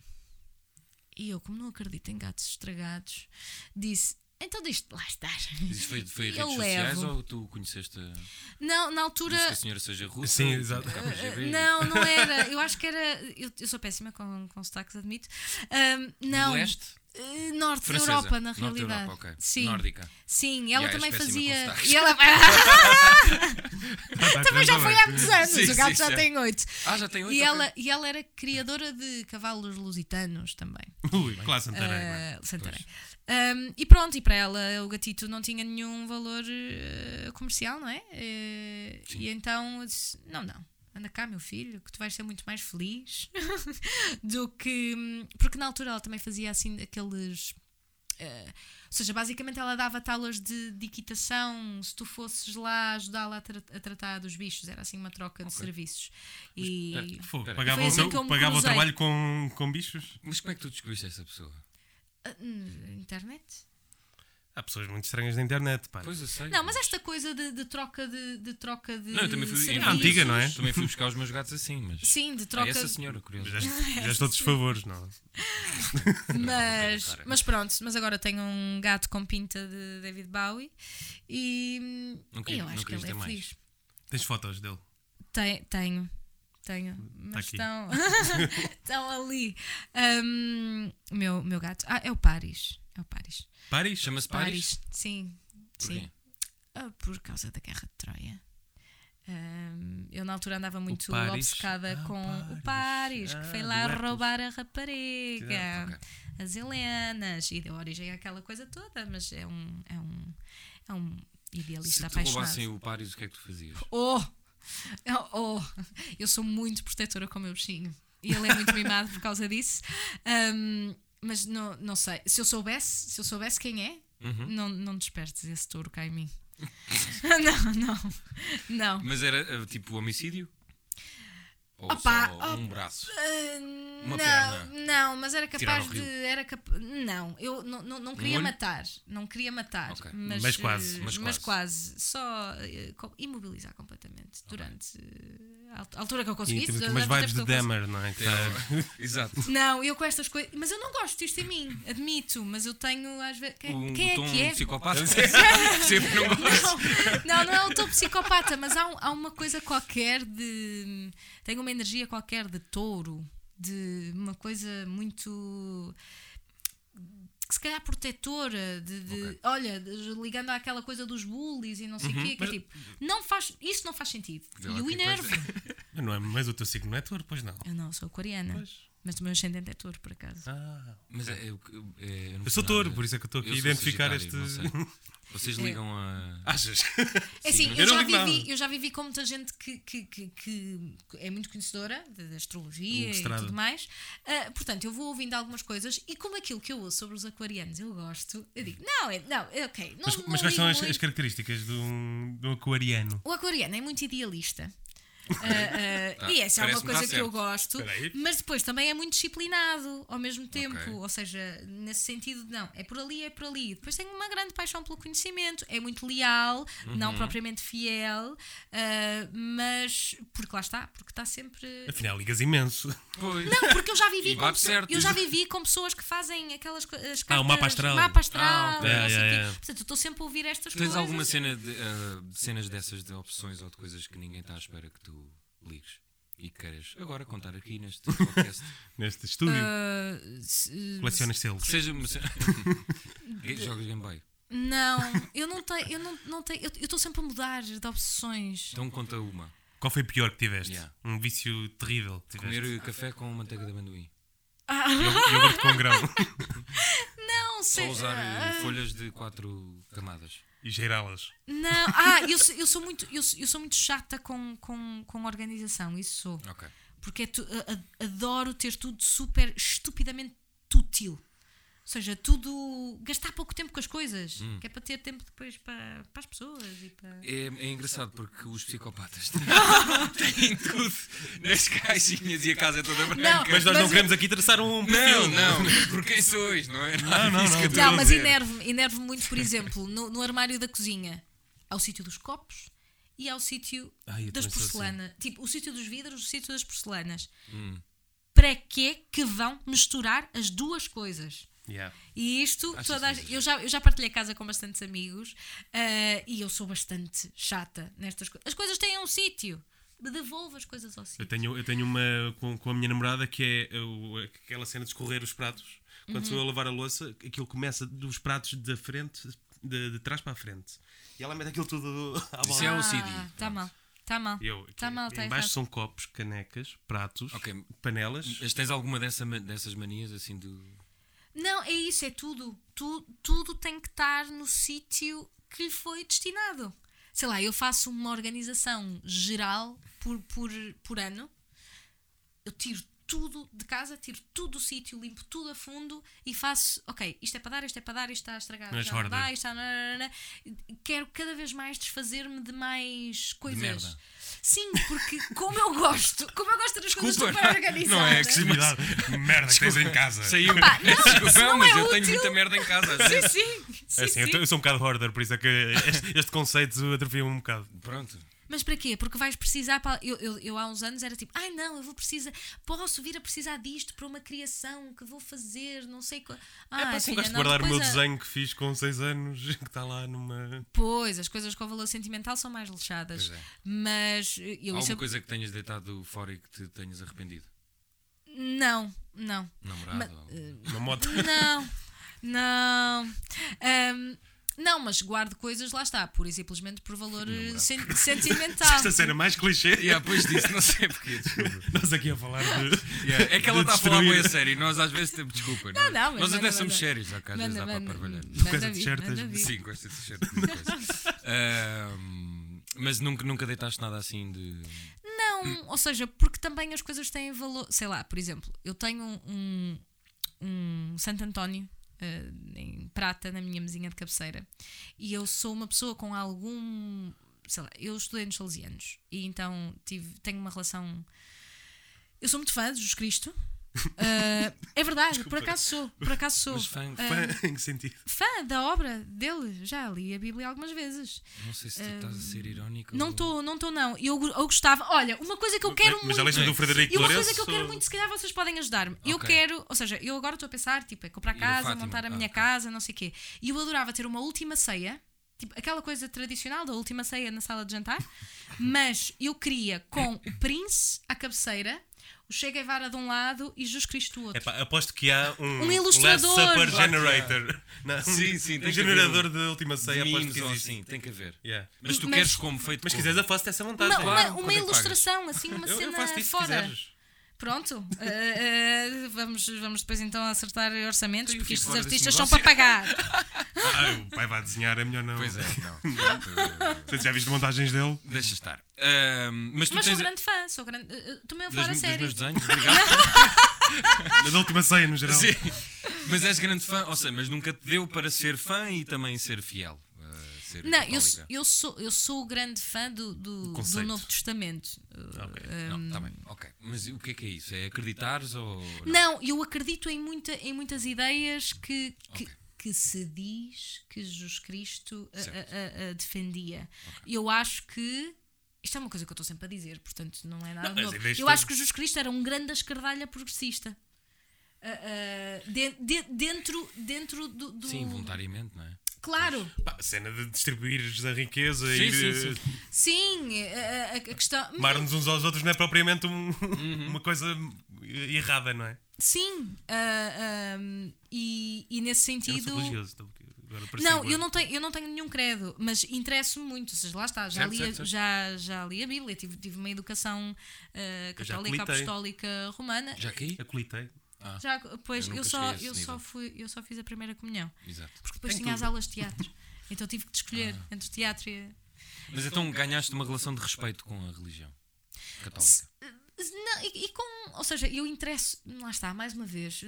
E: E eu, como não acredito em gatos estragados, disse: então deixe-te lá estar.
F: Mas Isso foi, foi em
E: Eu
F: redes sociais
E: levo.
F: ou tu conheceste a,
E: [LAUGHS] Não,
F: disse
E: na altura.
F: que a senhora seja russa?
A: Sim, exato.
F: KGB?
E: Não,
F: [LAUGHS]
E: não era. Eu acho que era. Eu, eu sou péssima com, com sotaques, admito. Ahm, não.
F: Do leste?
E: Eh, Norte
F: Francesa.
E: da Europa, na
F: Norte da
E: realidade.
F: Europa, ok.
E: Sim.
F: Nórdica.
E: Sim, ela
F: Yeah, és
E: também
F: péssima com
E: fazia.
F: sotaques.
E: E ela... [LAUGHS]
A: Ah, [LAUGHS] tá,
E: também já
A: tá
E: foi
A: bem.
E: há muitos anos,
F: é. Sim,
E: o gato
F: sim,
E: já
F: sim.
E: tem oito.
F: Ah, já tem oito.
E: E
F: ok.
E: ela, e ela era criadora de cavalos lusitanos também.
A: Ui, claro, Santarém. vai.
E: Ah, Santarém. Ahm, e pronto, e para ela o gatito não tinha nenhum valor eh, comercial, não é? Eh, e então eu disse: não, não, anda cá, meu filho, que tu vais ser muito mais feliz [LAUGHS] do que. hum, Porque na altura ela também fazia assim aqueles. eh, ou seja, basicamente ela dava talas de, de equitação se tu fosses lá ajudá-la a, tra- a tratar dos bichos, era assim uma troca de serviços. E
A: Fogo,
F: Espera.
A: Pagava,
E: Foi
A: o,
E: assim
A: teu-
E: que eu me
A: pagava o
E: cruzei.
A: trabalho com, com bichos.
F: Mas como é que tu descobriste essa pessoa?
E: Ah, hum, internet?
A: Há pessoas muito estranhas na internet, pá.
F: Pois eu sei.
E: Não, mas esta coisa de, de troca de, de troca de.
F: Não, eu também fui.
E: serviços.
A: Ah, antiga, não é?
F: Também fui buscar os meus gatos assim, mas.
E: Sim, de
F: Ah,
E: troca.
F: essa senhora,
C: é.
F: curioso.
A: Já, já estou dos favores, não.
E: mas,
F: cara.
E: mas pronto, mas agora tenho um gato com pinta de David Bowie e
F: Não queria-
E: eu
F: não
E: acho que
F: querias
E: ele é
F: ter mais.
E: feliz.
A: Tens fotos dele.
E: Te- tenho, tenho, mas
A: aqui.
F: Tá
E: estão, estão [LAUGHS] ali. Ahm, o meu, meu gato. Ah, é o Paris. É o Paris.
A: Paris?
F: Chama-se Paris.
E: Sim,
F: Porquê?
E: sim. Ah, por causa da Guerra de Troia. Ahm, eu na altura andava muito
A: Paris.
E: obcecada
A: Ah,
E: com
A: Paris.
E: o Paris, que foi
A: Ah,
E: lá
A: do Hércules.
E: roubar a rapariga,
C: Ah,
A: Exato,
E: as Helenas, e deu origem àquela coisa toda, mas é um, é um, é um
F: Se
E: idealista
F: te
E: apaixonado.
F: roubassem o Paris, o que é que tu fazias?
E: Oh! Eu- Oh! [LAUGHS] Eu sou muito protetora com o meu bichinho. E ele é muito mimado por causa disso. Ahm, mas não, não sei. Se eu soubesse, se eu soubesse quem é,
F: Hum? Uhum.
E: [LAUGHS] não, não despertes esse touro cá em mim. [LAUGHS] não, não. Não.
F: Mas era eh, tipo homicídio? Ou
E: Opa,
F: só um
E: op-
F: braço?
E: Ah,
F: Uma
E: não,
F: perna.
E: não, mas era
F: Tirar
E: capaz
F: ao
E: de.
F: rio. Um
E: Era cap... Não, eu não, não, não queria
F: olho?
E: matar. Não queria matar.
F: Ok.
E: Mas,
A: Mas quase,
E: eh,
F: mas
E: Mas,
F: quase.
E: quase. Só eh, co- imobilizar completamente durante eh, a alt- a altura que eu
A: E
E: conseguisse.
A: temos aqui
E: durante
A: umas
E: o tempo
A: tipo, vibes
E: que
A: de
E: eu conseguisse.
A: Dammer, não é? Que tá-
F: Exato.
E: Não, eu com estas coisas. Mas eu não gosto disto em mim, admito. Mas eu tenho às vezes. Quem,
F: Um
E: quem é
F: tom
E: que é?
F: psicopata.
C: [LAUGHS]
F: Sempre não gosto.
E: Não, não é o teu psicopata, mas há, um- há uma coisa qualquer de. Tenho uma energia qualquer de touro, de uma coisa muito. que Se calhar protetora, de, de- olha, de- ligando àquela coisa dos bullies e não sei o quê, que é tipo, não faz, isso não faz sentido.
F: lá
E: E o
F: que coisa.
E: enervo.
A: Não é, mas o teu signo não é touro, pois não.
E: Eu não sou coreana.
A: Pois.
E: Mas o meu ascendente é touro, por acaso.
C: Mas é, é o que- é- não
A: Eu sou
C: percebo
A: touro,
C: nada.
A: por isso é que Ah. eu estou aqui a
C: Eu sou
A: identificar este.
C: sagitário, não sei. Vocês
E: É.
C: ligam a.
A: [LAUGHS]
C: Ah,
A: Achas?
E: É assim,
A: mas
E: eu,
A: eu não
E: já
A: digo
E: vivi,
A: nada.
E: eu já vivi com muita gente que, que- que- que é muito conhecedora de, de astrologia
A: Um
E: e
A: estrada.
E: tudo mais. Ah, portanto, eu vou ouvindo algumas coisas e como aquilo que eu ouço sobre os aquarianos eu gosto, eu digo, não, é, não, é ok. Não,
A: Mas,
E: não
A: mas quais são as,
E: ligo
A: as
E: muito.
A: características de um, de um aquariano?
E: O aquariano é
C: [LAUGHS]
E: muito idealista. Ah, ah, e essa é uma
C: parece-me
E: coisa
C: tá
E: que eu
C: certo.
E: gosto,
A: Peraí.
E: mas depois também é muito disciplinado ao mesmo tempo, ou seja, nesse sentido, de, não, é por ali, é por ali. Depois tem uma grande paixão pelo conhecimento, é muito leal, não
C: Uhum.
E: propriamente fiel, ah, mas porque lá está, porque está sempre
A: Afinal, ligas imenso. [LAUGHS]
E: não, porque eu já vivi com
C: bate
E: pessoas,
C: certo.
E: eu já vivi com pessoas que fazem aquelas co- as cartas,
A: Ah, o mapa astral.
E: mapa astral,
C: Ah, ok.
E: não
A: É,
E: sei o
A: é,
E: quê.
A: é.
E: Portanto, eu estou sempre a ouvir estas
C: Tens
E: coisas.
C: alguma cena de, ah, de cenas dessas de opções ou de coisas que ninguém está à espera que tu ligues e que queiras agora contar aqui neste podcast?
A: Neste estúdio,
E: Ah, se-
A: colecionas selos.
C: Seja uma
E: [LAUGHS]
C: cena. Jogos Game Boy.
E: Não, eu não tenho, eu não, não tenho, eu estou sempre a mudar de obsessões.
C: Então conta uma.
A: Qual foi o pior que tiveste?
C: Yeah.
A: Um vício terrível que tiveste.
C: Comer café com manteiga de amendoim.
A: Iog- Iogurte com grão. [LAUGHS]
E: Não sei.
C: Ou usar
E: ah,
C: eh, folhas de quatro camadas.
A: e [LAUGHS] geirá-las.
E: não, ah, eu, sou- eu sou muito, eu, sou- eu sou muito chata com, com, com organização, isso sou.
C: Ok.
E: Porque é tu- a- a- adoro ter tudo super estupidamente útil. Ou seja, tudo. gastar pouco tempo com as coisas.
A: Hum.
E: Que é para ter tempo depois para, para as pessoas e para.
C: É, é engraçado porque os psicopatas [LAUGHS] têm tudo nas caixinhas e a casa é toda branca.
A: Mas nós não
E: eu-
A: queremos aqui traçar um
C: Não,
A: perfil.
C: não, por quem sois, não é?
A: Não, não, não.
E: Não, mas enerve-me enerve muito, por exemplo, no, no armário da cozinha, ao sítio dos copos e ao sítio
A: Ai, eu também sou
E: das
A: assim.
E: porcelanas. Tipo, o sítio dos vidros, o sítio das porcelanas.
A: Hum.
E: Para quê que vão misturar as duas coisas?
A: Yeah.
E: E isto, toda a-
A: é
E: eu, já, eu já partilhei casa com bastantes amigos ah, e eu sou bastante chata nestas coisas. As coisas têm um sítio. Devolva as coisas ao
A: Eu
E: sítio.
A: tenho, eu tenho uma com, com a minha namorada que é o- aquela cena de escorrer os pratos. Quando sou eu a
E: Uhum.
A: lavar a louça, aquilo começa dos pratos da frente, de, de trás para a frente. E ela mete aquilo tudo à
C: Isso é
A: bola.
C: o
E: Ah,
C: CD.
E: Está tá mal, está mal.
A: E um eu, é
E: Está mal, tá está
A: embaixo
E: errado.
A: são copos, canecas, pratos, [LAUGHS]
C: Ok.
E: é-
A: panelas.
C: Mas tens alguma dessa ma- dessas manias assim do.
E: Não, é isso, é tudo. Tu, tudo tem que estar no sítio que lhe foi destinado. Sei lá, eu faço uma organização geral por, por, por ano. Eu tiro tudo de casa, tiro tudo do sítio, limpo tudo a fundo e faço, ok, isto é para dar, isto é para dar, isto está estragado,
A: Mas
E: já não
A: hoarder.
E: dá, isto está... nananana. Quero cada vez mais desfazer-me de mais coisas.
C: merda.
E: Sim, porque como eu gosto, como eu gosto das coisas
C: Desculpa,
E: super organizadas...
C: não é que se-
A: Cuidado, merda que tens em casa.
C: [LAUGHS] Saiu.
E: Pá, não, isso não
C: mas
E: é
C: eu tenho
E: útil.
C: muita merda em casa.
E: Sim, sim. sim,
A: É assim, eu,
E: sim.
A: tô- eu sou um bocado hoarder, por isso é que este, este conceito atrofia-me um bocado.
C: Pronto.
E: Mas para quê? Porque vais precisar. pa- Eu, eu, eu há uns anos era tipo, ai não, eu vou precisar. Posso vir a precisar disto para uma criação que vou fazer, não sei qual. Ah,
A: é pá, assim,
E: filha,
A: gosto de
E: não,
A: guardar o meu
E: depois a-
A: desenho que fiz com 6 anos, [LAUGHS] que está lá numa.
E: Pois, as coisas com valor sentimental são mais lixadas.
C: Pois é.
E: Mas eh, eu, isso
C: Alguma
E: eu-
C: coisa que tenhas deitado fora e que te tenhas arrependido?
E: Não, não.
C: Namorado?
E: Mas-
C: ou-
A: Uma moto.
E: Não, não. Ahm, não, mas guardo coisas, lá está, pura e simplesmente por valor eh,
A: [LAUGHS]
E: sen- sentimental.
A: Esta cena mais clichê.
C: Yeah, pois disso, não sei porquê, desculpa.
A: Nós aqui a falar de.
C: Yeah, É que ela
A: de
C: está a falar
A: destruir.
C: bem a sério e nós às vezes temos desculpa. é?
E: Não, não, mas
C: Nós
E: manda,
C: até somos
E: manda.
C: sérios, ok? Às vezes dá para parvalhar.
E: manda
A: causa de
E: vir,
A: certas-
E: manda vir.
C: Sim, gosto de ser
F: [LAUGHS]
C: Mas nunca, nunca deitaste nada assim de.
E: Não, ou seja, porque também as coisas têm valor. Sei lá, por exemplo, eu tenho um, um, um Santo António eh, em prata na minha mesinha de cabeceira e eu sou uma pessoa com algum. Sei lá, eu estudei nos Salesianos e então tive, tenho uma relação. Eu sou muito fã de Jesus Cristo. Eh, é verdade, por acaso sou. Por acaso sou.
C: Mas fã-
A: [LAUGHS]
E: Eh,
A: Em que sentido?
E: fã da obra dele, já li a Bíblia algumas vezes.
C: Não sei se tu estás a ser irónico.
E: Não
C: ou-
E: estou, não estou, não. Eu, go- eu gostava. Olha, uma coisa que eu quero
A: Mas é
E: muito.
A: a lista do Frederico
E: E uma
A: Lourenço,
E: coisa que eu quero
A: ou-
E: muito, se calhar vocês podem ajudar-me. Eu
C: Ok.
E: quero, ou seja, eu agora estou a pensar, tipo, é comprar
C: a
E: casa,
C: Fátima.
E: montar a
C: Ah,
E: minha
C: ok.
E: casa, não sei o quê. E eu adorava ter uma última ceia, tipo, aquela coisa tradicional da última ceia na sala de
C: [LAUGHS]
E: jantar, mas eu queria com o Prince à cabeceira, o Che Guevara de um lado e Jesus Cristo
C: É
E: do outro.
A: Epá, aposto que há um,
E: Um ilustrador.
A: Last Supper
C: Claro que
A: Generator. [LAUGHS] Não,
C: Sim, sim,
A: Um
C: tem que
A: generador de última
C: De
A: ceia, aposto
C: memes
A: que
C: ou
A: existe.
C: assim, tem que haver.
A: Yeah.
C: Mas tu
E: Mas-
C: queres como feito.
A: Mas se
C: com-
A: quiseres, eu faço-te essa montagem.
E: Uma, uma-
C: claro,
E: uma
C: quanto é que
E: ilustração, assim, uma
A: eu,
E: cena
A: eu faço isso se
E: fora.
A: quiseres.
C: [LAUGHS]
E: Pronto, uh, uh, vamos, vamos depois então acertar orçamentos,
F: Então eu
E: porque
F: fico
E: estes
F: fora desse
E: artistas são para pagar.
A: Ah, o pai vai desenhar, é melhor não.
F: Pois é,
C: [LAUGHS]
F: não.
A: Portanto, Já viste montagens dele?
F: Deixa estar.
C: Ah, mas [LAUGHS] tu
E: Mas sou um
C: tens.
E: grande fã, sou grande. Uh, uh, Tomei a
F: Dos,
E: falar a
F: dos
E: sério.
F: meus desenhos, obrigado.
E: [LAUGHS]
A: Na última ceia, no geral.
F: Sim. Mas és grande fã, ou seja, mas nunca te deu para ser fã e também ser fiel. ah, ser
E: Não, eu,
F: católica.
E: eu, sou, eu sou grande fã do, do, do
F: conceito.
E: Novo Testamento. Uh,
F: Não, tá bem, ok. Mas o que é que é isso? É acreditares ou.
E: Não, eu acredito em, muita, em muitas ideias que, que, que se diz que Jesus Cristo a- a- a- a defendia. Eu acho que. Isto é uma coisa que eu estou sempre a dizer, portanto não é nada
A: Não, mas
E: novo.
A: em vez de
E: Eu
A: ter-
E: acho que Jesus Cristo era um grande escardalha progressista. Ah, ah, de- de- dentro dentro do, do-
F: Sim, voluntariamente, não é?
E: Claro,
A: Pá, a cena de distribuires a riqueza
F: Sim,
A: e
F: sim,
A: eh,
F: sim.
E: sim, a, a- a questão.
A: amar-nos uns aos outros não é propriamente um- uma coisa errada, não é?
E: Sim, ah, ah, e, e nesse
A: Eu não
E: sentido.
A: sou religioso. então, agora pareci
E: Não,
A: bué.
F: é?
E: eu não, tenho, eu não tenho nenhum credo, mas interesso-me muito. Ou seja, lá está, já,
F: Certo,
E: li, a-
F: certo, certo.
E: Já, já li a Bíblia, tive, tive uma educação eh,
A: Eu já
E: católica,
A: colitei.
E: apostólica, romana.
F: Já caí?
A: Acolitei.
E: Já- pois
F: Eu
E: eu,
F: nunca
E: só,
F: cheguei a
E: eu,
F: esse
E: só
F: nível.
E: fui, eu só fiz a primeira comunhão,
F: Exato.
E: porque depois
A: Tem
E: tinha as
A: tudo.
E: aulas de teatro. então tive que de escolher
F: Ah.
E: entre teatro e.
F: Mas então ganhaste
E: um
F: uma relação de respeito com a religião católica.
E: Não, e, e com. Ou seja, eu interesso. Lá está, mais uma vez.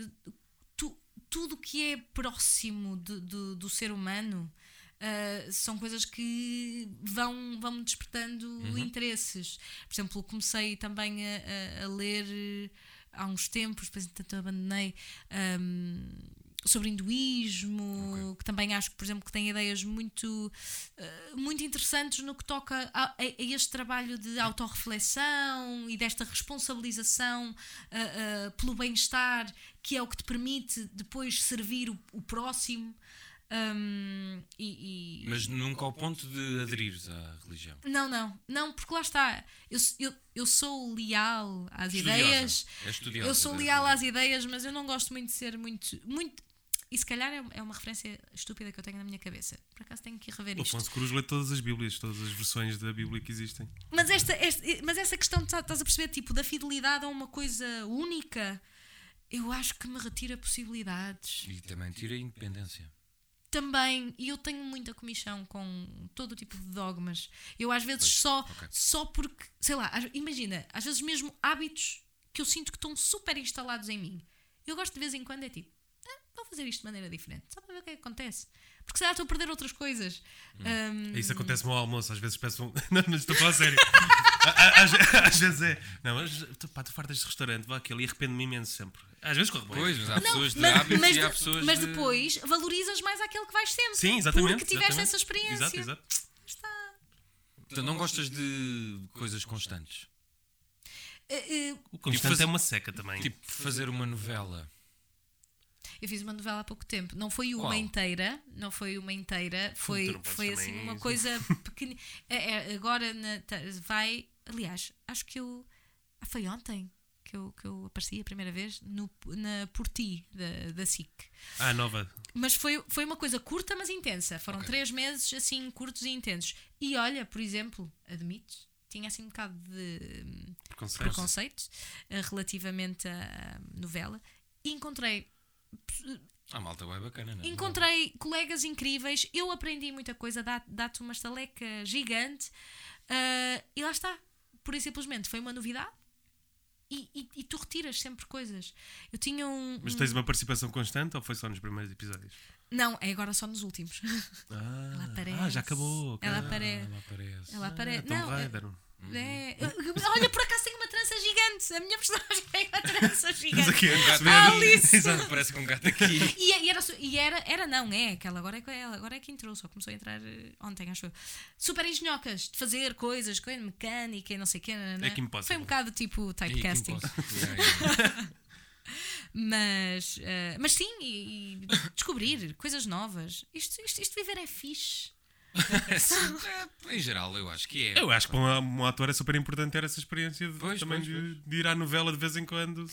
E: tu- tudo que é próximo de- do- do ser humano ah, são coisas que vão, vão me despertando interesses. Por exemplo, comecei também a, a- a ler eh, há uns tempos, depois entretanto abandonei. ah, ahm, sobre hinduísmo, que também acho que, por exemplo, que tem ideias muito, eh, muito interessantes no que toca a, a- a este trabalho de autorreflexão e desta responsabilização ah, ah, pelo bem-estar, que é o que te permite depois servir o, o próximo. Ahm, e, e-
F: Mas nunca ao ponto de aderires à religião.
E: Não, não, não, porque lá está. Eu, s- eu, eu sou leal às
F: Estudiosa.
E: ideias.
F: É estudiosa,
E: eu sou
C: né?
F: és
E: leal às ideias, mas eu não gosto muito de ser muito. muito e se calhar é- é uma referência estúpida que eu tenho na minha cabeça. Por acaso tenho que ir rever
A: O
E: isto.
A: Afonso Cruz lê todas as Bíblias, todas as versões da Bíblia que existem.
E: Mas, esta, este- mas essa questão, tá- estás a perceber, tipo, da fidelidade a uma coisa única, eu acho que me retira possibilidades.
F: E também tira a independência.
E: Também, e eu tenho muita comissão com todo o tipo de dogmas. Eu às vezes só, só porque, sei lá, às- imagina, às vezes mesmo hábitos que eu sinto que estão super instalados em mim. Eu gosto de vez em quando é tipo, "Ah, vou fazer isto de maneira diferente, só para ver o que é que acontece. Porque se calhar estou a perder outras coisas.
F: Hum.
E: Ahm,
A: Isso acontece-me ao almoço, às vezes peço um. [LAUGHS] Não, mas estou a falar sério. À- à- às, [LAUGHS] às vezes é. Não, mas tu- pá, tu fartas de restaurante, vá aquele e arrependo-me imenso sempre. Às vezes corre bem.
F: Pois, mas há pessoas de
E: mas,
F: hábitos
E: mas
F: e há
E: de-
F: pessoas
E: mas
F: de-
E: depois valorizas mais aquele que vais sempre.
A: Sim, exatamente.
E: Porque tiveste
A: exatamente.
E: essa experiência.
A: Exato, exato.
E: Está.
F: Então não gostas de coisas constantes?
E: Eh, eh,
A: O constante
F: fazer-
A: é uma seca também.
F: Tipo, fazer uma novela.
E: Eu fiz uma novela há pouco tempo. Não foi uma
F: Qual?
E: inteira, não foi uma inteira,
A: tu
E: foi,
A: não podes
E: foi assim
A: também-
E: uma coisa pequena. É, é, agora na- tá- vai. Aliás, acho que eu. ah, Foi ontem que eu, que eu apareci a primeira vez no, na Por Ti, da, da SIC.
A: Ah, nova.
E: Mas foi, foi uma coisa curta, mas intensa. Foram três meses assim, curtos e intensos. E olha, por exemplo, admito, tinha assim um bocado de hum,
A: Preconceito.
E: preconceito eh, relativamente à hum, novela. E encontrei,
F: Ah, malta, é bacana, não é?
E: encontrei colegas incríveis, eu aprendi muita coisa, dá- dá-te uma estaleca gigante. ah, e lá está. Pura e simplesmente foi uma novidade. E, e- e tu retiras sempre coisas. Eu tinha um.
A: Mas
E: um-
A: tens uma participação constante ou foi só nos primeiros episódios? Ah,
E: Não, é agora só nos últimos. [LAUGHS] Ela aparece.
A: já acabou, ok. Ah, então
E: Ela aparece.
F: Não aparece.
E: Ela aparece.
A: Tomb
E: não, é-
A: Raider.
E: é- Olha, por acaso tem uma trança gigante. A minha personagem [LAUGHS] tem uma trança
A: Mas
E: gigante.
A: aqui é um gato.
E: Ah, Alice!
F: Exato, parece com um gato aqui.
E: E, é- e era, su- e era, era não, é aquela agora é, que- ela agora é que entrou, só começou a entrar eh, ontem, acho eu. Super engenhocas de fazer coisas, coisa mecânica e não sei o quê. nananã.
A: É Kim Possible.
E: Foi um bocado tipo typecasting.
F: um
E: [LAUGHS]
F: É,
E: Mas, eh, mas sim, e, e descobrir coisas novas. Isto, isto, isto de viver é fixe.
F: é, Em geral, eu acho que é.
A: Eu acho que para um, um ator é super importante ter essa experiência de,
F: Pois,
A: também
F: pois,
A: de, de ir à novela de vez em quando.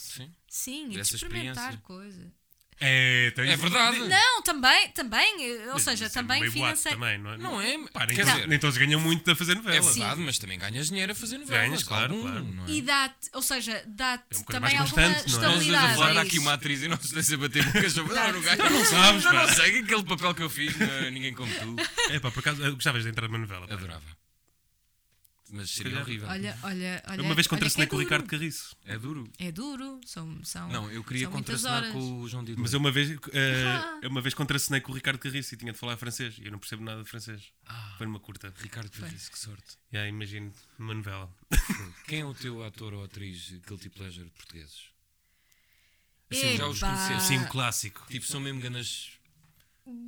E: Sim, e de
F: Essa
E: experimentar
F: experiência.
E: coisa.
A: É, tem-
C: É verdade.
E: Não, também, também, eh, ou
A: Mas
E: seja,
A: isso é
E: também
A: meio boato
E: financeiro.
A: também, não é?
C: Não é?
A: Pá, nem,
C: Quer
A: todos,
C: dizer,
A: nem todos ganham muito a fazer novela.
C: é verdade, mas também ganhas dinheiro a fazer novelas.
A: Ganhas, claro,
C: algum,
A: claro.
C: não é?
E: E dá-te, ou seja, dá-te
A: É um bocado
E: também
A: mais
E: alguma
A: constante, não é?
E: estabilidade.
C: Nós dois a falar,
E: é
C: há
E: isso.
C: aqui uma atriz e nós dois a bater bocas sobre não, não ganho.
A: Não sabes,
C: Eu
A: pá.
C: não sei, aquele papel que eu fiz, não, ninguém como tu.
A: É pá, por acaso, eu gostavas de entrar numa novela. pá.
C: Adorava. Mas seria
A: calhar.
C: horrível.
E: Olha, olha, olha.
A: Uma vez
E: olha que
A: contracenei
E: é
A: com o
E: duro.
A: Ricardo Carriço.
C: É duro.
E: É duro, são. são
C: Não, eu queria
E: são muitas
C: contracenar
E: horas.
C: com o João Didro.
A: Mas eu uma vez, eh,
E: [LAUGHS] Ah.
A: eu uma vez contracenei com o Ricardo Carriço e tinha de falar francês. E eu não percebo nada de francês. Foi numa curta.
C: Ah, Ricardo disse que sorte.
A: E aí, imagino, uma novela.
C: Quem é o teu ator ou atriz guilty pleasure de portugueses? Assim, já os
E: Epá.
C: conheceste.
A: Sim, um clássico.
C: Tipo, são mesmo ganas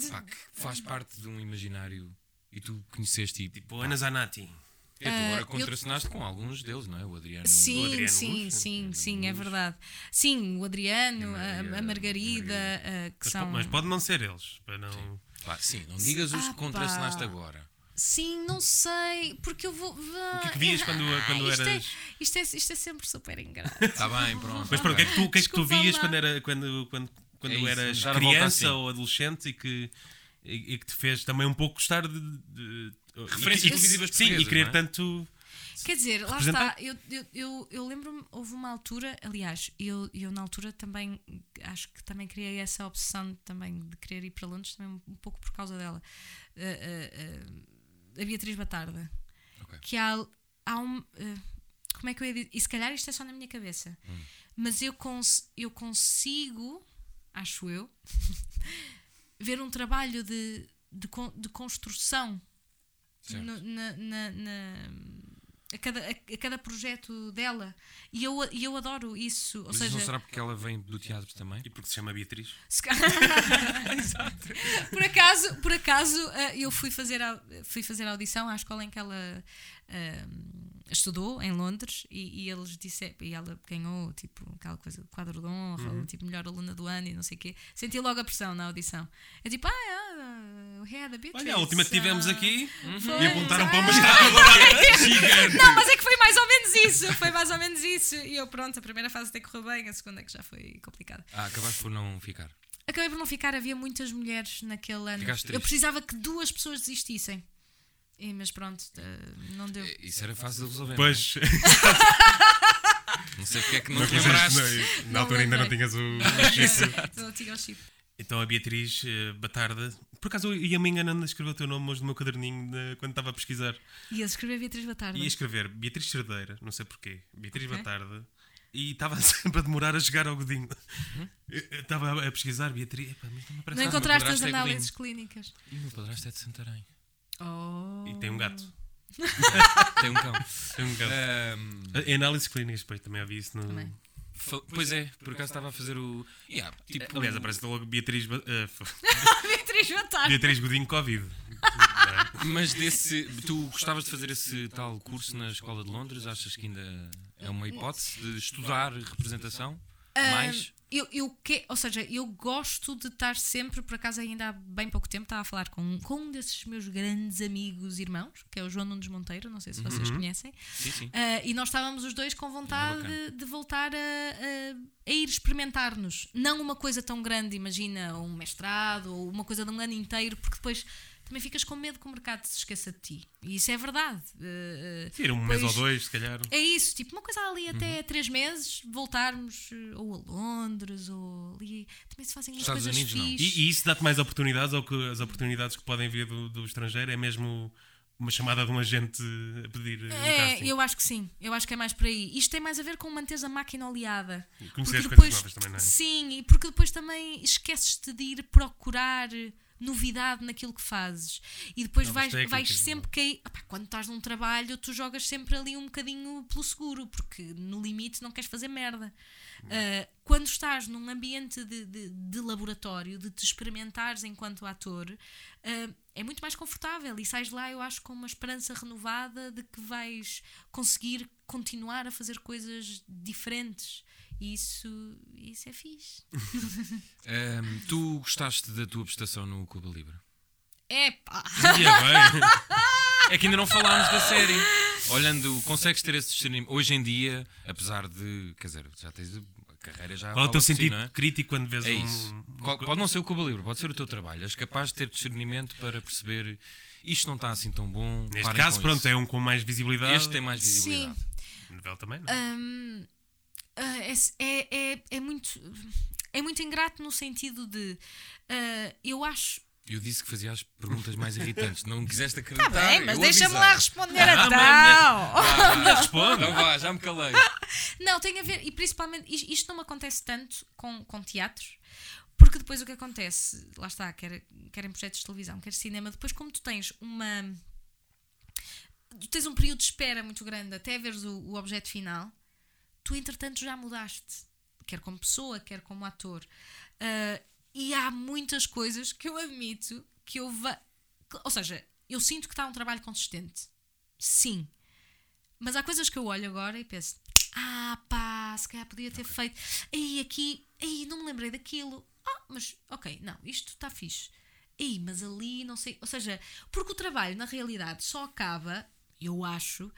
C: pá, que faz parte de um imaginário e tu conheceste e tipo,
A: Tipo, Ana Zanatti.
C: é, tu agora
E: Ah, eu-
C: contracenaste com alguns deles, não é? O Adriano.
E: Sim,
A: Adriano
E: sim,
A: Luz,
E: sim, sim, é verdade. Sim, o Adriano, a, a Margarida, ah, que
A: Mas,
E: são.
A: po- mas pode não ser eles. Para não...
C: Pá, sim, não digas os
E: Ah,
C: que
E: pá.
C: contracenaste agora.
E: Sim, não sei, porque eu vou. O
A: que é que vias quando- quando
E: Ah, isto
A: eras-
E: É, isto, é, isto é sempre super ingrato.
C: Está Tá bem, pronto.
A: Mas pronto, o que é que tu, o que é que tu
E: Desculpa
A: vias
E: lá.
A: quando, era, quando, quando, quando
C: É isso,
A: eras
C: dar a volta
A: criança
C: assim.
A: ou adolescente e que, e, e que te fez também um pouco gostar de. de-
C: Referências
A: e- e-
C: televisivas
A: Sim, e
C: portuguesas,
A: querer
C: não é?
A: tanto.
E: Quer dizer, lá
A: Representar-
E: está, eu, eu, eu, eu lembro-me, houve uma altura, aliás, eu, eu na altura também, acho que também criei essa obsessão também de querer ir para Londres, também um pouco por causa dela. Ah, ah, ah, a Beatriz Batarda.
C: Ok.
E: Que há, há um. ah, como é que eu ia dizer? E se calhar isto é só na minha cabeça, mas eu, cons eu consigo, acho eu, [LAUGHS] ver um trabalho de, de, con- de construção
C: Certo.
E: no- na- na- na- a, cada, a, a cada projeto dela e eu, e eu adoro isso. Ou
C: Mas isso
E: seja,
C: não será porque ela vem do teatro também?
A: E porque se chama Beatriz?
E: se ca- [LAUGHS] por acaso, por acaso ah, eu fui fazer, a, fui fazer a audição à escola em que ela ah, estudou, em Londres, e, e eles disseram, e ela ganhou tipo aquela coisa, quadro de honra,
A: Uhum.
E: tipo melhor aluna do ano e não sei o quê. Senti logo a pressão na audição. É tipo, ah, ah, we had a bit
A: Olha, a última que tivemos aqui.
E: Foi,
A: E apontaram para uma
E: ah.
A: estrada
E: [LAUGHS]
A: agora gigante.
E: Não, mas é que foi mais ou menos isso. Foi mais ou menos isso. E eu, pronto, a primeira fase até correu bem, a segunda é que já foi complicada.
C: Ah, acabaste por não ficar.
E: Acabei por não ficar, havia muitas mulheres naquele ano.
C: Ficaste triste.
E: Eu precisava que duas pessoas desistissem. E, mas pronto, eh, não deu.
C: É, Isso era fácil de resolver.
A: Pois,
C: não é? Não sei porque é que não,
A: não
C: te lembraste.
A: fizeste- na
E: Não
A: altura ainda não
E: lembrei. [LAUGHS]
A: tinhas o.
E: Não tinha o chip.
A: Então a Beatriz eh, Batarda. Por acaso eu ia-me enganando a escrever o teu nome hoje no meu caderninho de- quando estava a pesquisar.
E: E eles escrever Beatriz Batarda.
A: Ia escrever Beatriz Cerdeira, não sei porquê. Beatriz
E: Uhum. Ok.
A: Batarda. E estava [LAUGHS] sempre a demorar a chegar ao Godinho. Eu- eu Estava a- a pesquisar Beatriz. Epá, mas não me aparece
E: Uhum. Não
A: nada.
E: encontraste as
C: padrasto é
E: análises clínicas.
C: E o meu padrasto é de Santarém.
E: Oh.
A: E tem um gato.
C: Tem um cão.
A: Tem um gato.
C: Ahm,
A: Em análises clínicas, depois também havia isso no.
E: Também. [LAUGHS]
C: fa- pois é, por acaso estava a fazer o. Yeah, tipo,
A: Aliás, aparece logo Beatriz, Ba- eh,
E: [LAUGHS] Beatriz Batarda.
A: Beatriz Godinho Covid.
C: Mas desse, tu gostavas de fazer esse tal curso na Escola de Londres? Achas que ainda é uma hipótese de estudar representação? Mais?
E: Eu, eu que, ou seja, eu gosto de estar sempre, por acaso ainda há bem pouco tempo, estava a falar com, um- com um desses meus grandes amigos irmãos, que é o João Nunes Monteiro, não sei se vocês conhecem,
C: Sim, sim.
E: ah, e nós estávamos os dois com vontade de, de voltar a, a- a ir experimentar-nos. Não uma coisa tão grande, imagina, ou um mestrado, ou uma coisa de um ano inteiro, porque depois também ficas com medo que o mercado se esqueça de ti. E isso é verdade. Ah, ah,
A: Tira um mês ou
E: Pois.
A: dois, se calhar.
E: é isso, tipo, uma coisa ali
A: Uhum.
E: até três meses, voltarmos eh, ou a Londres ou ali. Também se fazem umas
C: Estados
E: coisas
C: Unidos, não.
A: E,
E: fixes.
A: e isso dá-te mais oportunidades ou que as oportunidades que podem vir do, do estrangeiro é mesmo uma chamada de um agente a pedir um
E: É,
A: casting? [LAUGHS]
E: eu acho que sim, eu acho que é mais por aí. Isto tem mais a ver com manteres a máquina oleada.
A: E conhecer
E: Porque
A: as coisas
E: depois-
A: novas também, não é?
E: Sim, e porque depois também esqueces-te de ir procurar novidade naquilo que fazes. E depois
A: Novas
E: vais, vais
A: técnicas, é?
E: sempre cair. Opá, quando estás num trabalho, tu jogas sempre ali um bocadinho pelo seguro, porque no limite não queres fazer merda. Ah, quando estás num ambiente de, de- de laboratório, de te experimentares enquanto ator, ah, é muito mais confortável e sais de lá, eu acho, com uma esperança renovada de que vais conseguir continuar a fazer coisas diferentes. E isso, isso é fixe.
C: Ahm, tu gostaste da tua prestação no Cuba Libre?
E: Epá!
C: [LAUGHS] É que ainda não falámos da série. Olhando, consegues ter esse discernimento. Hoje em dia, apesar de. Quer dizer, já tens carreira já
A: Qual é o
C: fala
A: teu
C: por si,
A: sentido
C: não é?
A: crítico quando vês
C: É
A: um-
C: isso.
A: uma
C: Qual-
A: co-
C: pode não ser o Cuba Libre, pode ser o teu trabalho. És capaz de ter discernimento para perceber isto não está assim tão bom.
A: Neste
C: parem
A: caso,
C: com
A: pronto,
C: isso.
A: é um com mais visibilidade.
C: Este tem mais
E: Sim.
C: visibilidade.
A: Novel também, não? é?
E: Hum, ah, é, é, é, é muito. É muito ingrato no sentido de. ah, eu acho.
C: Eu disse que fazia as perguntas mais irritantes. Não quiseste
E: Está
C: acreditar.
E: Ah, bem, mas
C: eu
E: deixa-me
C: avisei.
E: lá
C: [LAUGHS]
E: responder então.
C: Ah,
E: a
C: mas-
E: tal.
C: Responde. Não vá, já me calei.
E: Não, tem a ver, e principalmente, is- isto não me acontece tanto com, com teatros, porque depois o que acontece, lá está, quer, quer em projetos de televisão, quer cinema, depois como tu tens uma. Tu tens um período de espera muito grande até veres o, o objeto final, tu entretanto já mudaste, quer como pessoa, quer como ator. Ah, e há muitas coisas que eu admito que eu. Va... que- Ou seja, eu sinto que está um trabalho consistente. Sim. Mas há coisas que eu olho agora e penso: ah, pá, se calhar podia ter feito. Aí aqui, aí não me lembrei daquilo. Ah, mas ok, não, isto está fixe. Aí, mas ali, não sei. Ou seja, porque o trabalho na realidade só acaba, eu acho,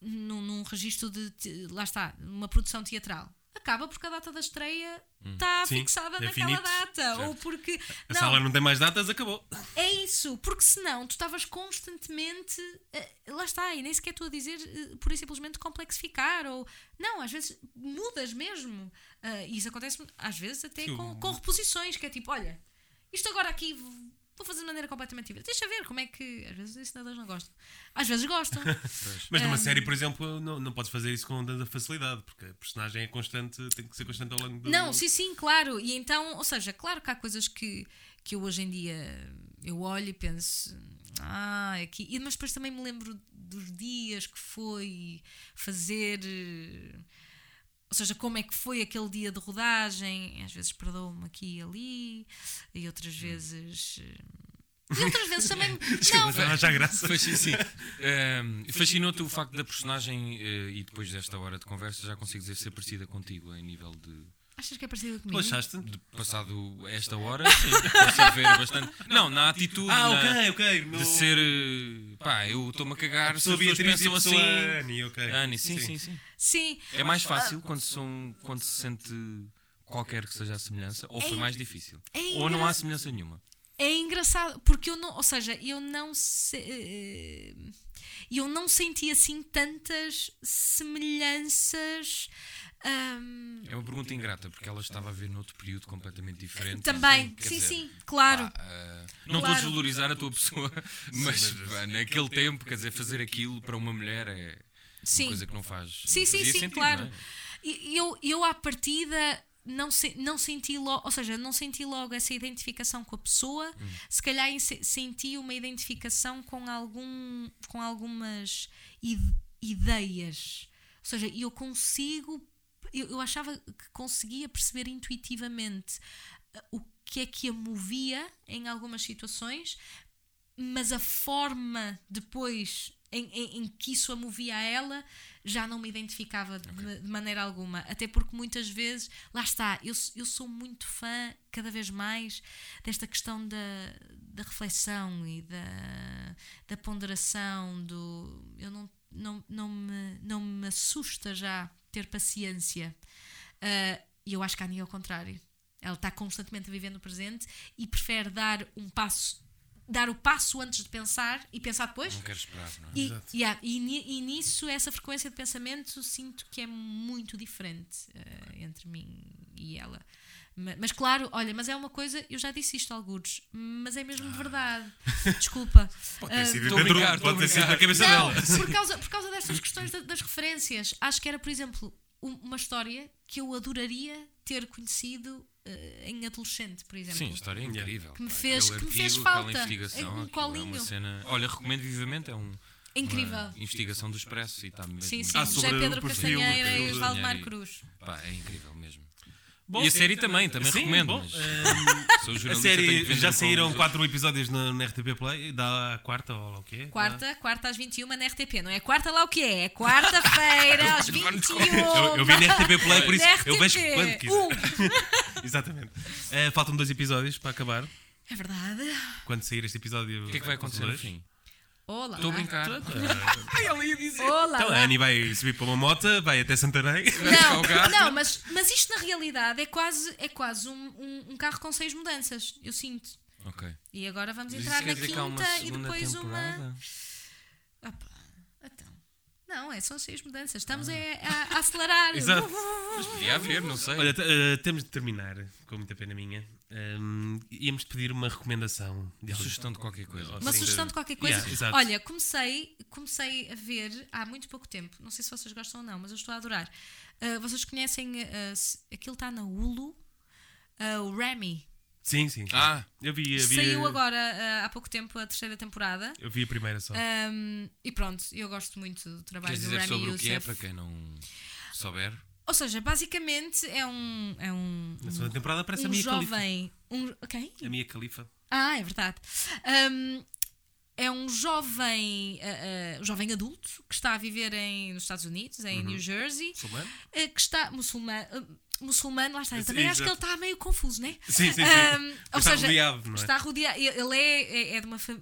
E: num, num registro de, te- Lá está, numa produção teatral. Acaba porque a data da estreia está
A: Sim,
E: fixada
A: é
E: naquela
A: finito,
E: data. Ou porque.
A: A
E: não,
A: sala não tem mais datas, acabou.
E: é isso, porque senão tu estavas constantemente. eh, lá está, e nem sequer estou a dizer eh, pura e simplesmente complexificar ou. Não, às vezes mudas mesmo. Eh, e isso acontece às vezes até
A: Sim,
E: com,
A: o-
E: com reposições, que é tipo, olha, isto agora aqui v- vou fazer de maneira completamente diferente. Deixa ver como é que. Às vezes ensinadores não gostam. Às vezes gostam.
A: Mas numa
E: Hum.
A: série, por exemplo, não, não podes fazer isso com tanta facilidade, porque a personagem é constante, tem que ser constante ao longo do.
E: Não, sim, sim, claro. E então, ou seja, claro que há coisas que, que eu hoje em dia eu olho e penso, ah, aqui. E, mas depois também me lembro dos dias que foi fazer. eh, Ou seja, como é que foi aquele dia de rodagem? Às vezes perdoam-me aqui e ali, e outras vezes. eh, E outras vezes também. não,
A: Mas já graça.
C: Fasci- sim. Ahm, Fascinou-te o facto da personagem, eh, e depois desta hora de conversa, já consigo dizer ser parecida contigo em nível de.
E: achas que é parecido comigo?
A: Tu achaste?
C: de passado esta hora, sim, consigo ver bastante. Não, na atitude.
A: Ah, ok,
C: na-
A: ok. No...
C: De ser. eh, Pá, eu estou-me a cagar se as pessoas
A: Beatriz e
C: pensam
A: a
C: assim.
A: pessoa é- Annie, ok.
C: Annie, sim, sim, sim.
E: Sim.
C: É mais fácil quando, são, quando se sente qualquer que seja a semelhança, ou foi
E: É-
C: mais difícil.
E: é
C: Ou não há semelhança nenhuma.
E: É engraçado, porque eu não, ou seja, eu não se, eh, eu não senti assim tantas semelhanças ahm,
C: É uma pergunta ingrata, porque ela estava a ver noutro período completamente diferente.
E: também.
C: Quer
E: Sim,
C: dizer,
E: sim, claro.
C: ah, não estou a
E: Claro.
C: desvalorizar a tua pessoa, [LAUGHS] mas pá, naquele tempo, quer dizer, fazer aquilo para uma mulher é uma
E: sim.
C: coisa que não faz.
E: Sim,
C: não
E: sim,
C: fazia
E: sim,
C: sentido,
E: claro.
C: não é?
E: E Eu, eu à partida não, se- não senti logo, ou seja, não senti logo essa identificação com a pessoa, se calhar em se- senti uma identificação com, algum, com algumas ide- ideias. Ou seja, eu consigo, eu, eu achava que conseguia perceber intuitivamente ah, o que é que a movia em algumas situações, mas a forma depois em, em- em que isso a movia a ela já não me identificava de, de maneira alguma. Até porque muitas vezes, lá está, eu, s- eu sou muito fã cada vez mais desta questão da, da reflexão e da, da ponderação, do eu não, não, não, me, não me assusta já ter paciência. Ah, E eu acho que a Annie é o contrário. Ela está constantemente a viver no presente e prefere dar um passo, dar o passo antes de pensar e pensar depois.
C: Não quero esperar, não é?
E: E, yeah, e ni- e nisso, essa frequência de pensamento, sinto que é muito diferente eh, entre mim e ela. Ma- Mas, claro, olha, mas é uma coisa, eu já disse isto a alguns, mas é mesmo verdade. Desculpa. Ah,
C: Tô a brincar, tô a
A: Pode ter sido
C: brincar.
A: na cabeça
E: não,
A: dela. [LAUGHS]
E: por causa, por causa destas questões da- das referências, acho que era, por exemplo, um- uma história que eu adoraria ter conhecido eh, em adolescente, por exemplo.
C: Sim, a história é incrível.
E: Que me
C: pá.
E: fez-
C: Aquele
E: que me fez
C: artigo, aquela
E: falta.
C: investigação,
E: É um
C: aquilo É uma
E: colinho.
C: cena... Olha, recomendo vivamente, é um,
E: Incrível.
C: uma
A: é?
C: investigação do Expresso e está mesmo...
E: Sim, sim,
A: Ah,
E: José
A: sobre o
E: Pedro
A: perfil
E: Castanheira
A: do-
E: e
A: do-
E: Valdemar
C: Castanheira.
E: Cruz.
C: Pá, é incrível mesmo.
A: Bom,
C: e a série também, também
A: sim,
C: recomendo.
A: bom,
C: mas
A: ehm,
C: sou
A: a
C: jornalista, tenho que
A: série
C: vender
A: já
C: para
A: saíram
C: alguns
A: quatro episódios na, na RTP Play, dá a quarta ou lá o quê?
E: Quarta, quarta às 21 na RTP. Não é quarta lá o que é? É
A: [LAUGHS]
E: quarta-feira às 21.
A: Eu, eu vi na RTP Play, por isso
E: Na
A: eu
E: RTP.
A: vejo quando quiser. [LAUGHS]
E: Um.
A: Exatamente. Eh, faltam dois episódios para acabar.
E: É verdade.
A: Quando sair este episódio.
C: outros. O que é que vai acontecer no
A: dois.
C: fim?
E: Olá.
C: Estou a brincar.
E: Olá.
A: Então, a Annie vai subir para uma moto, vai até Santarém.
C: é um
E: Não, não mas, mas isto na realidade é quase, é quase um, um- um carro com seis mudanças, eu sinto.
C: Ok.
E: E agora vamos
C: Mas
E: entrar
C: isso
A: é
E: na
C: quer dizer que há uma
E: quinta e
C: segunda
E: depois uma.
C: temporada?
E: Opa, então. Não, é, são seis mudanças.
C: Ah.
E: Estamos é, a, a
C: [LAUGHS]
E: acelerar.
A: Exato.
C: Podia haver, não sei.
A: Olha, t- eh, temos de terminar, com muita pena minha. Ahm, íamos te pedir uma recomendação de alguém.
C: Sugestão de qualquer coisa.
E: Uma
A: Sim.
E: sugestão de qualquer coisa.
A: Yeah, exato.
E: Olha, comecei, comecei a ver há muito pouco tempo. Não sei se vocês gostam ou não, mas eu estou a adorar. Ah, vocês conhecem ah, se- aquilo está na Hulu, ah, o Remy.
A: Sim, sim.
C: Ah,
A: Eu vi, eu vi,
E: Saiu agora ah, há pouco tempo a terceira temporada.
A: Eu vi a primeira
E: Ehm,
A: só.
E: Ahm, e pronto, eu gosto muito do trabalho
C: queres
E: do
C: dizer
E: Remy
C: sobre o que é,
E: Youssef.
C: para quem não souber?
E: Ou seja, basicamente é um. É um,
A: Na segunda temporada aparece
E: um
A: a Mia Khalifa.
E: jovem. Um, quem?
A: A Mia Khalifa.
E: Ah, é verdade. Ahm, é um jovem, ah, ah, um jovem adulto que está a viver em, nos Estados Unidos, em
C: Uhum.
E: New Jersey,
A: Muçulmano?
E: ah, que está muçulmano, muçulmano, lá está. Eu
A: Sim,
E: também acho que
A: exato.
E: ele está meio confuso, né?
A: Sim, sim, sim.
E: Ahm, ou
A: Ehm, está
E: seja,
A: rodeado, não é?
E: está rodeado. Ele- Ele é, é- é de uma fa-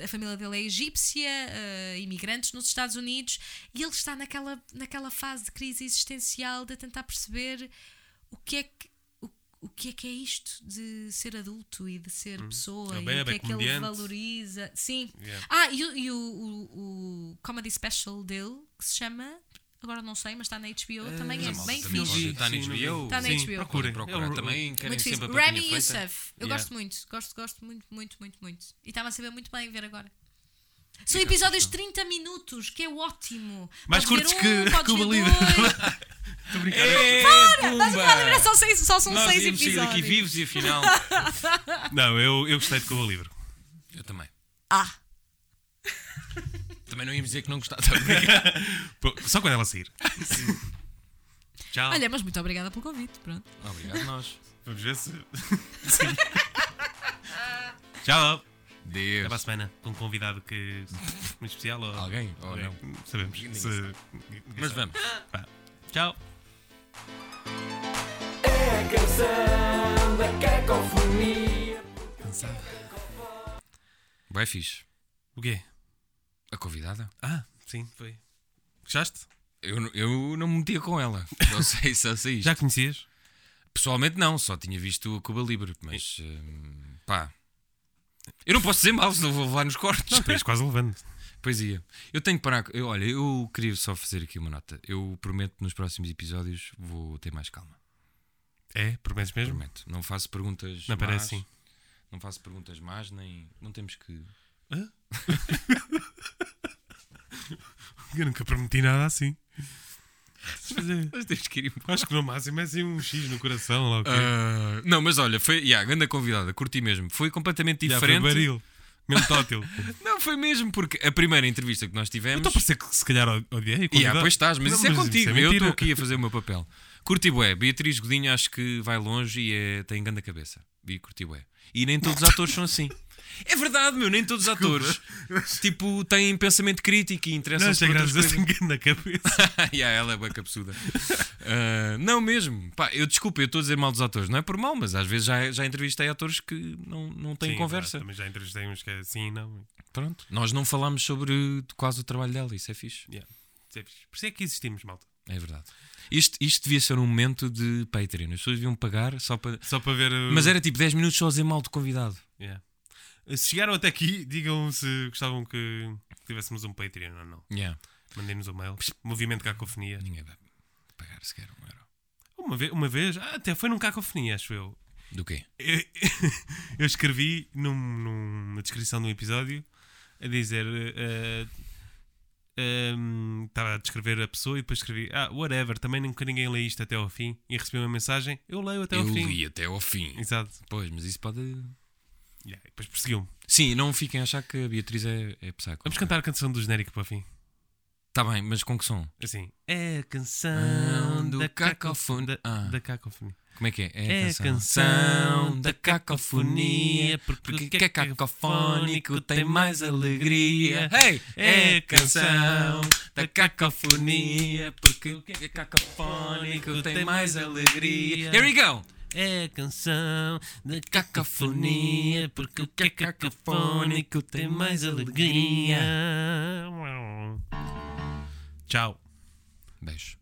E: eh, a família dele é egípcia, eh, imigrantes nos Estados Unidos, e ele está naquela, naquela fase de crise existencial de tentar perceber o que é que. o- O que é que é isto de ser adulto e de ser pessoa
A: É
E: e
A: bem,
E: o que
A: é
E: é que ele
A: comediante.
E: valoriza? Sim.
A: Yeah.
E: Ah, e, o- e o, o- o comedy special dele, que se chama, agora não sei, mas está na HBO,
A: Eh,
E: também é
C: Malta,
E: bem
C: também
E: fixe.
C: pode- Está na
A: Sim, não vi.
C: HBO?
E: Está na
A: Sim,
E: HBO.
A: Procurem.
C: Procurar
A: É o-
C: também, querem sempre
E: Muito fixe.
C: a papinha
E: Remy
C: feita?
E: Youssef. Eu
A: Yeah.
E: gosto muito, gosto, gosto muito, muito, muito, muito. E estava a saber muito bem ver agora. São episódios de 30 minutos, que é ótimo.
A: Mais curtos
E: Podes ver
A: que-
E: podes
A: que o
E: ver
A: Believer.
C: [LAUGHS]
E: dois.
A: Estou a brincar.
E: É, Mas o Believer é só, seis, só são
C: Nós
E: seis
C: íamos sair daqui
E: episódios.
C: vivos e afinal...
A: Não, eu, eu gostei de Cuba Livre.
C: Eu também.
E: Ah,
C: Também não íamos dizer que não gostava.
A: [LAUGHS] Pô, Só quando ela
C: [LAUGHS]
A: sair. Tchau.
E: olha, mas muito obrigada pelo convite. Pronto.
C: Obrigado nós.
A: Vamos ver se. [LAUGHS] Sim. Tchau. Até para a
C: Deus.
A: semana. Com um convidado que. Muito especial ou.
C: Alguém? Ou não?
A: Sabemos.
C: Ah, Ninguém
A: Se-
C: Mas vamos.
A: Vá. Tchau.
D: É a canção da cacofonia.
C: Vai fixe.
A: O quê?
C: A convidada?
A: Ah, sim, foi. Gostaste?
C: Eu, n- eu não me metia
A: [LAUGHS]
C: com ela. Não sei se sei
A: Já conhecias?
C: Pessoalmente não, só tinha visto a Cuba Libre, mas hum, pá. Eu não posso dizer mal, senão vou levar nos cortes.
A: Não, tu és quase levando.
C: Pois ia. Eu tenho que parar. Eu, olha, eu queria só fazer aqui uma nota. Eu prometo que nos próximos episódios vou ter mais calma.
A: É, prometes mesmo?
C: Prometo. Não faço perguntas.
A: Não,
C: más,
A: parece sim.
C: Não faço perguntas más, nem. Não temos que.
A: Eu nunca prometi nada assim. Deixa eu fazer.
C: Nós temos que ir
A: Acho que no máximo é assim um X no coração lá o quê?
C: Ah, não, mas olha, foi. Yeah, grande convidada, curti mesmo. Foi completamente
A: Já foi
C: diferente.
A: baril. Mesmo
C: [LAUGHS]
A: tótil.
C: não, foi mesmo, porque a primeira entrevista que nós tivemos.
A: Então parecer que se calhar o- odiei. o
C: E ah,
A: convidado.
C: pois estás, mas
A: Não,
C: isso é contigo. eu
A: mentira.
C: estou aqui a fazer o meu papel. Curti bué. Beatriz Godinho acho que vai longe e é- tem grande cabeça. E curti bué. E nem todos os atores são assim. É verdade, meu, nem todos os atores. Tipo, têm pensamento crítico e
A: Não,
C: interessam-se por
A: chega a
C: outras
A: dizer [LAUGHS]
C: coisas. [LAUGHS]
A: assim na cabeça.
C: yeah, ela é bué capsuda. Ah, não mesmo. Pá, eu desculpa, eu estou a dizer mal dos atores. Não é por mal, mas às vezes já, já entrevistei atores que não, não têm
A: Sim, é
C: conversa.
A: Também já entrevistei uns que é assim, não.
C: Pronto. Nós não falámos sobre quase o trabalho dela. Isso é fixe.
A: Isso é fixe. Por isso é que existimos, malta.
C: É verdade. Isto, isto devia ser um momento de Patreon. As pessoas deviam pagar só para.
A: Só para ver. o-
C: Mas era tipo 10 minutos só a dizer mal do convidado.
A: Yeah. Se chegaram até aqui, digam se gostavam que tivéssemos um Patreon ou não. Mandem-nos um mail. Movimento Cacofonia.
C: Ninguém vai pagar sequer um euro.
A: Uma vez, uma vez ah, até foi num Cacofonia, acho eu.
C: Do quê?
A: Eu, [LAUGHS] eu escrevi num, num- na descrição de um episódio a dizer. eh, eh, ehm, Estava a descrever a pessoa e depois escrevi Ah, whatever, também nunca ninguém lê isto até ao fim E recebi uma mensagem, eu leio até
C: eu
A: ao fim
C: li até ao fim.
A: Exato,
C: Pois, mas isso pode.
A: Yeah, e depois perseguiu-me
C: Sim, não fiquem a achar que a Beatriz é, é psycho.
A: Vamos cantar a canção do genérico para o fim
C: Está bem, mas com que som?
A: Assim, é a
C: Ah,
A: canção
C: do
A: da
C: cacofon-
A: cacofonia
C: ah.
A: da cacofonia
C: Como é que é?
A: É a canção da cacofonia, porque o que é cacofónico tem mais alegria.
C: Hey!
A: É a canção da é
C: cacofonia, porque o que é cacofónico
A: tem mais alegria.
C: Here we go!
A: É a canção da cacofonia, porque o que é cacofónico tem mais alegria. Tchau.
C: Beijo.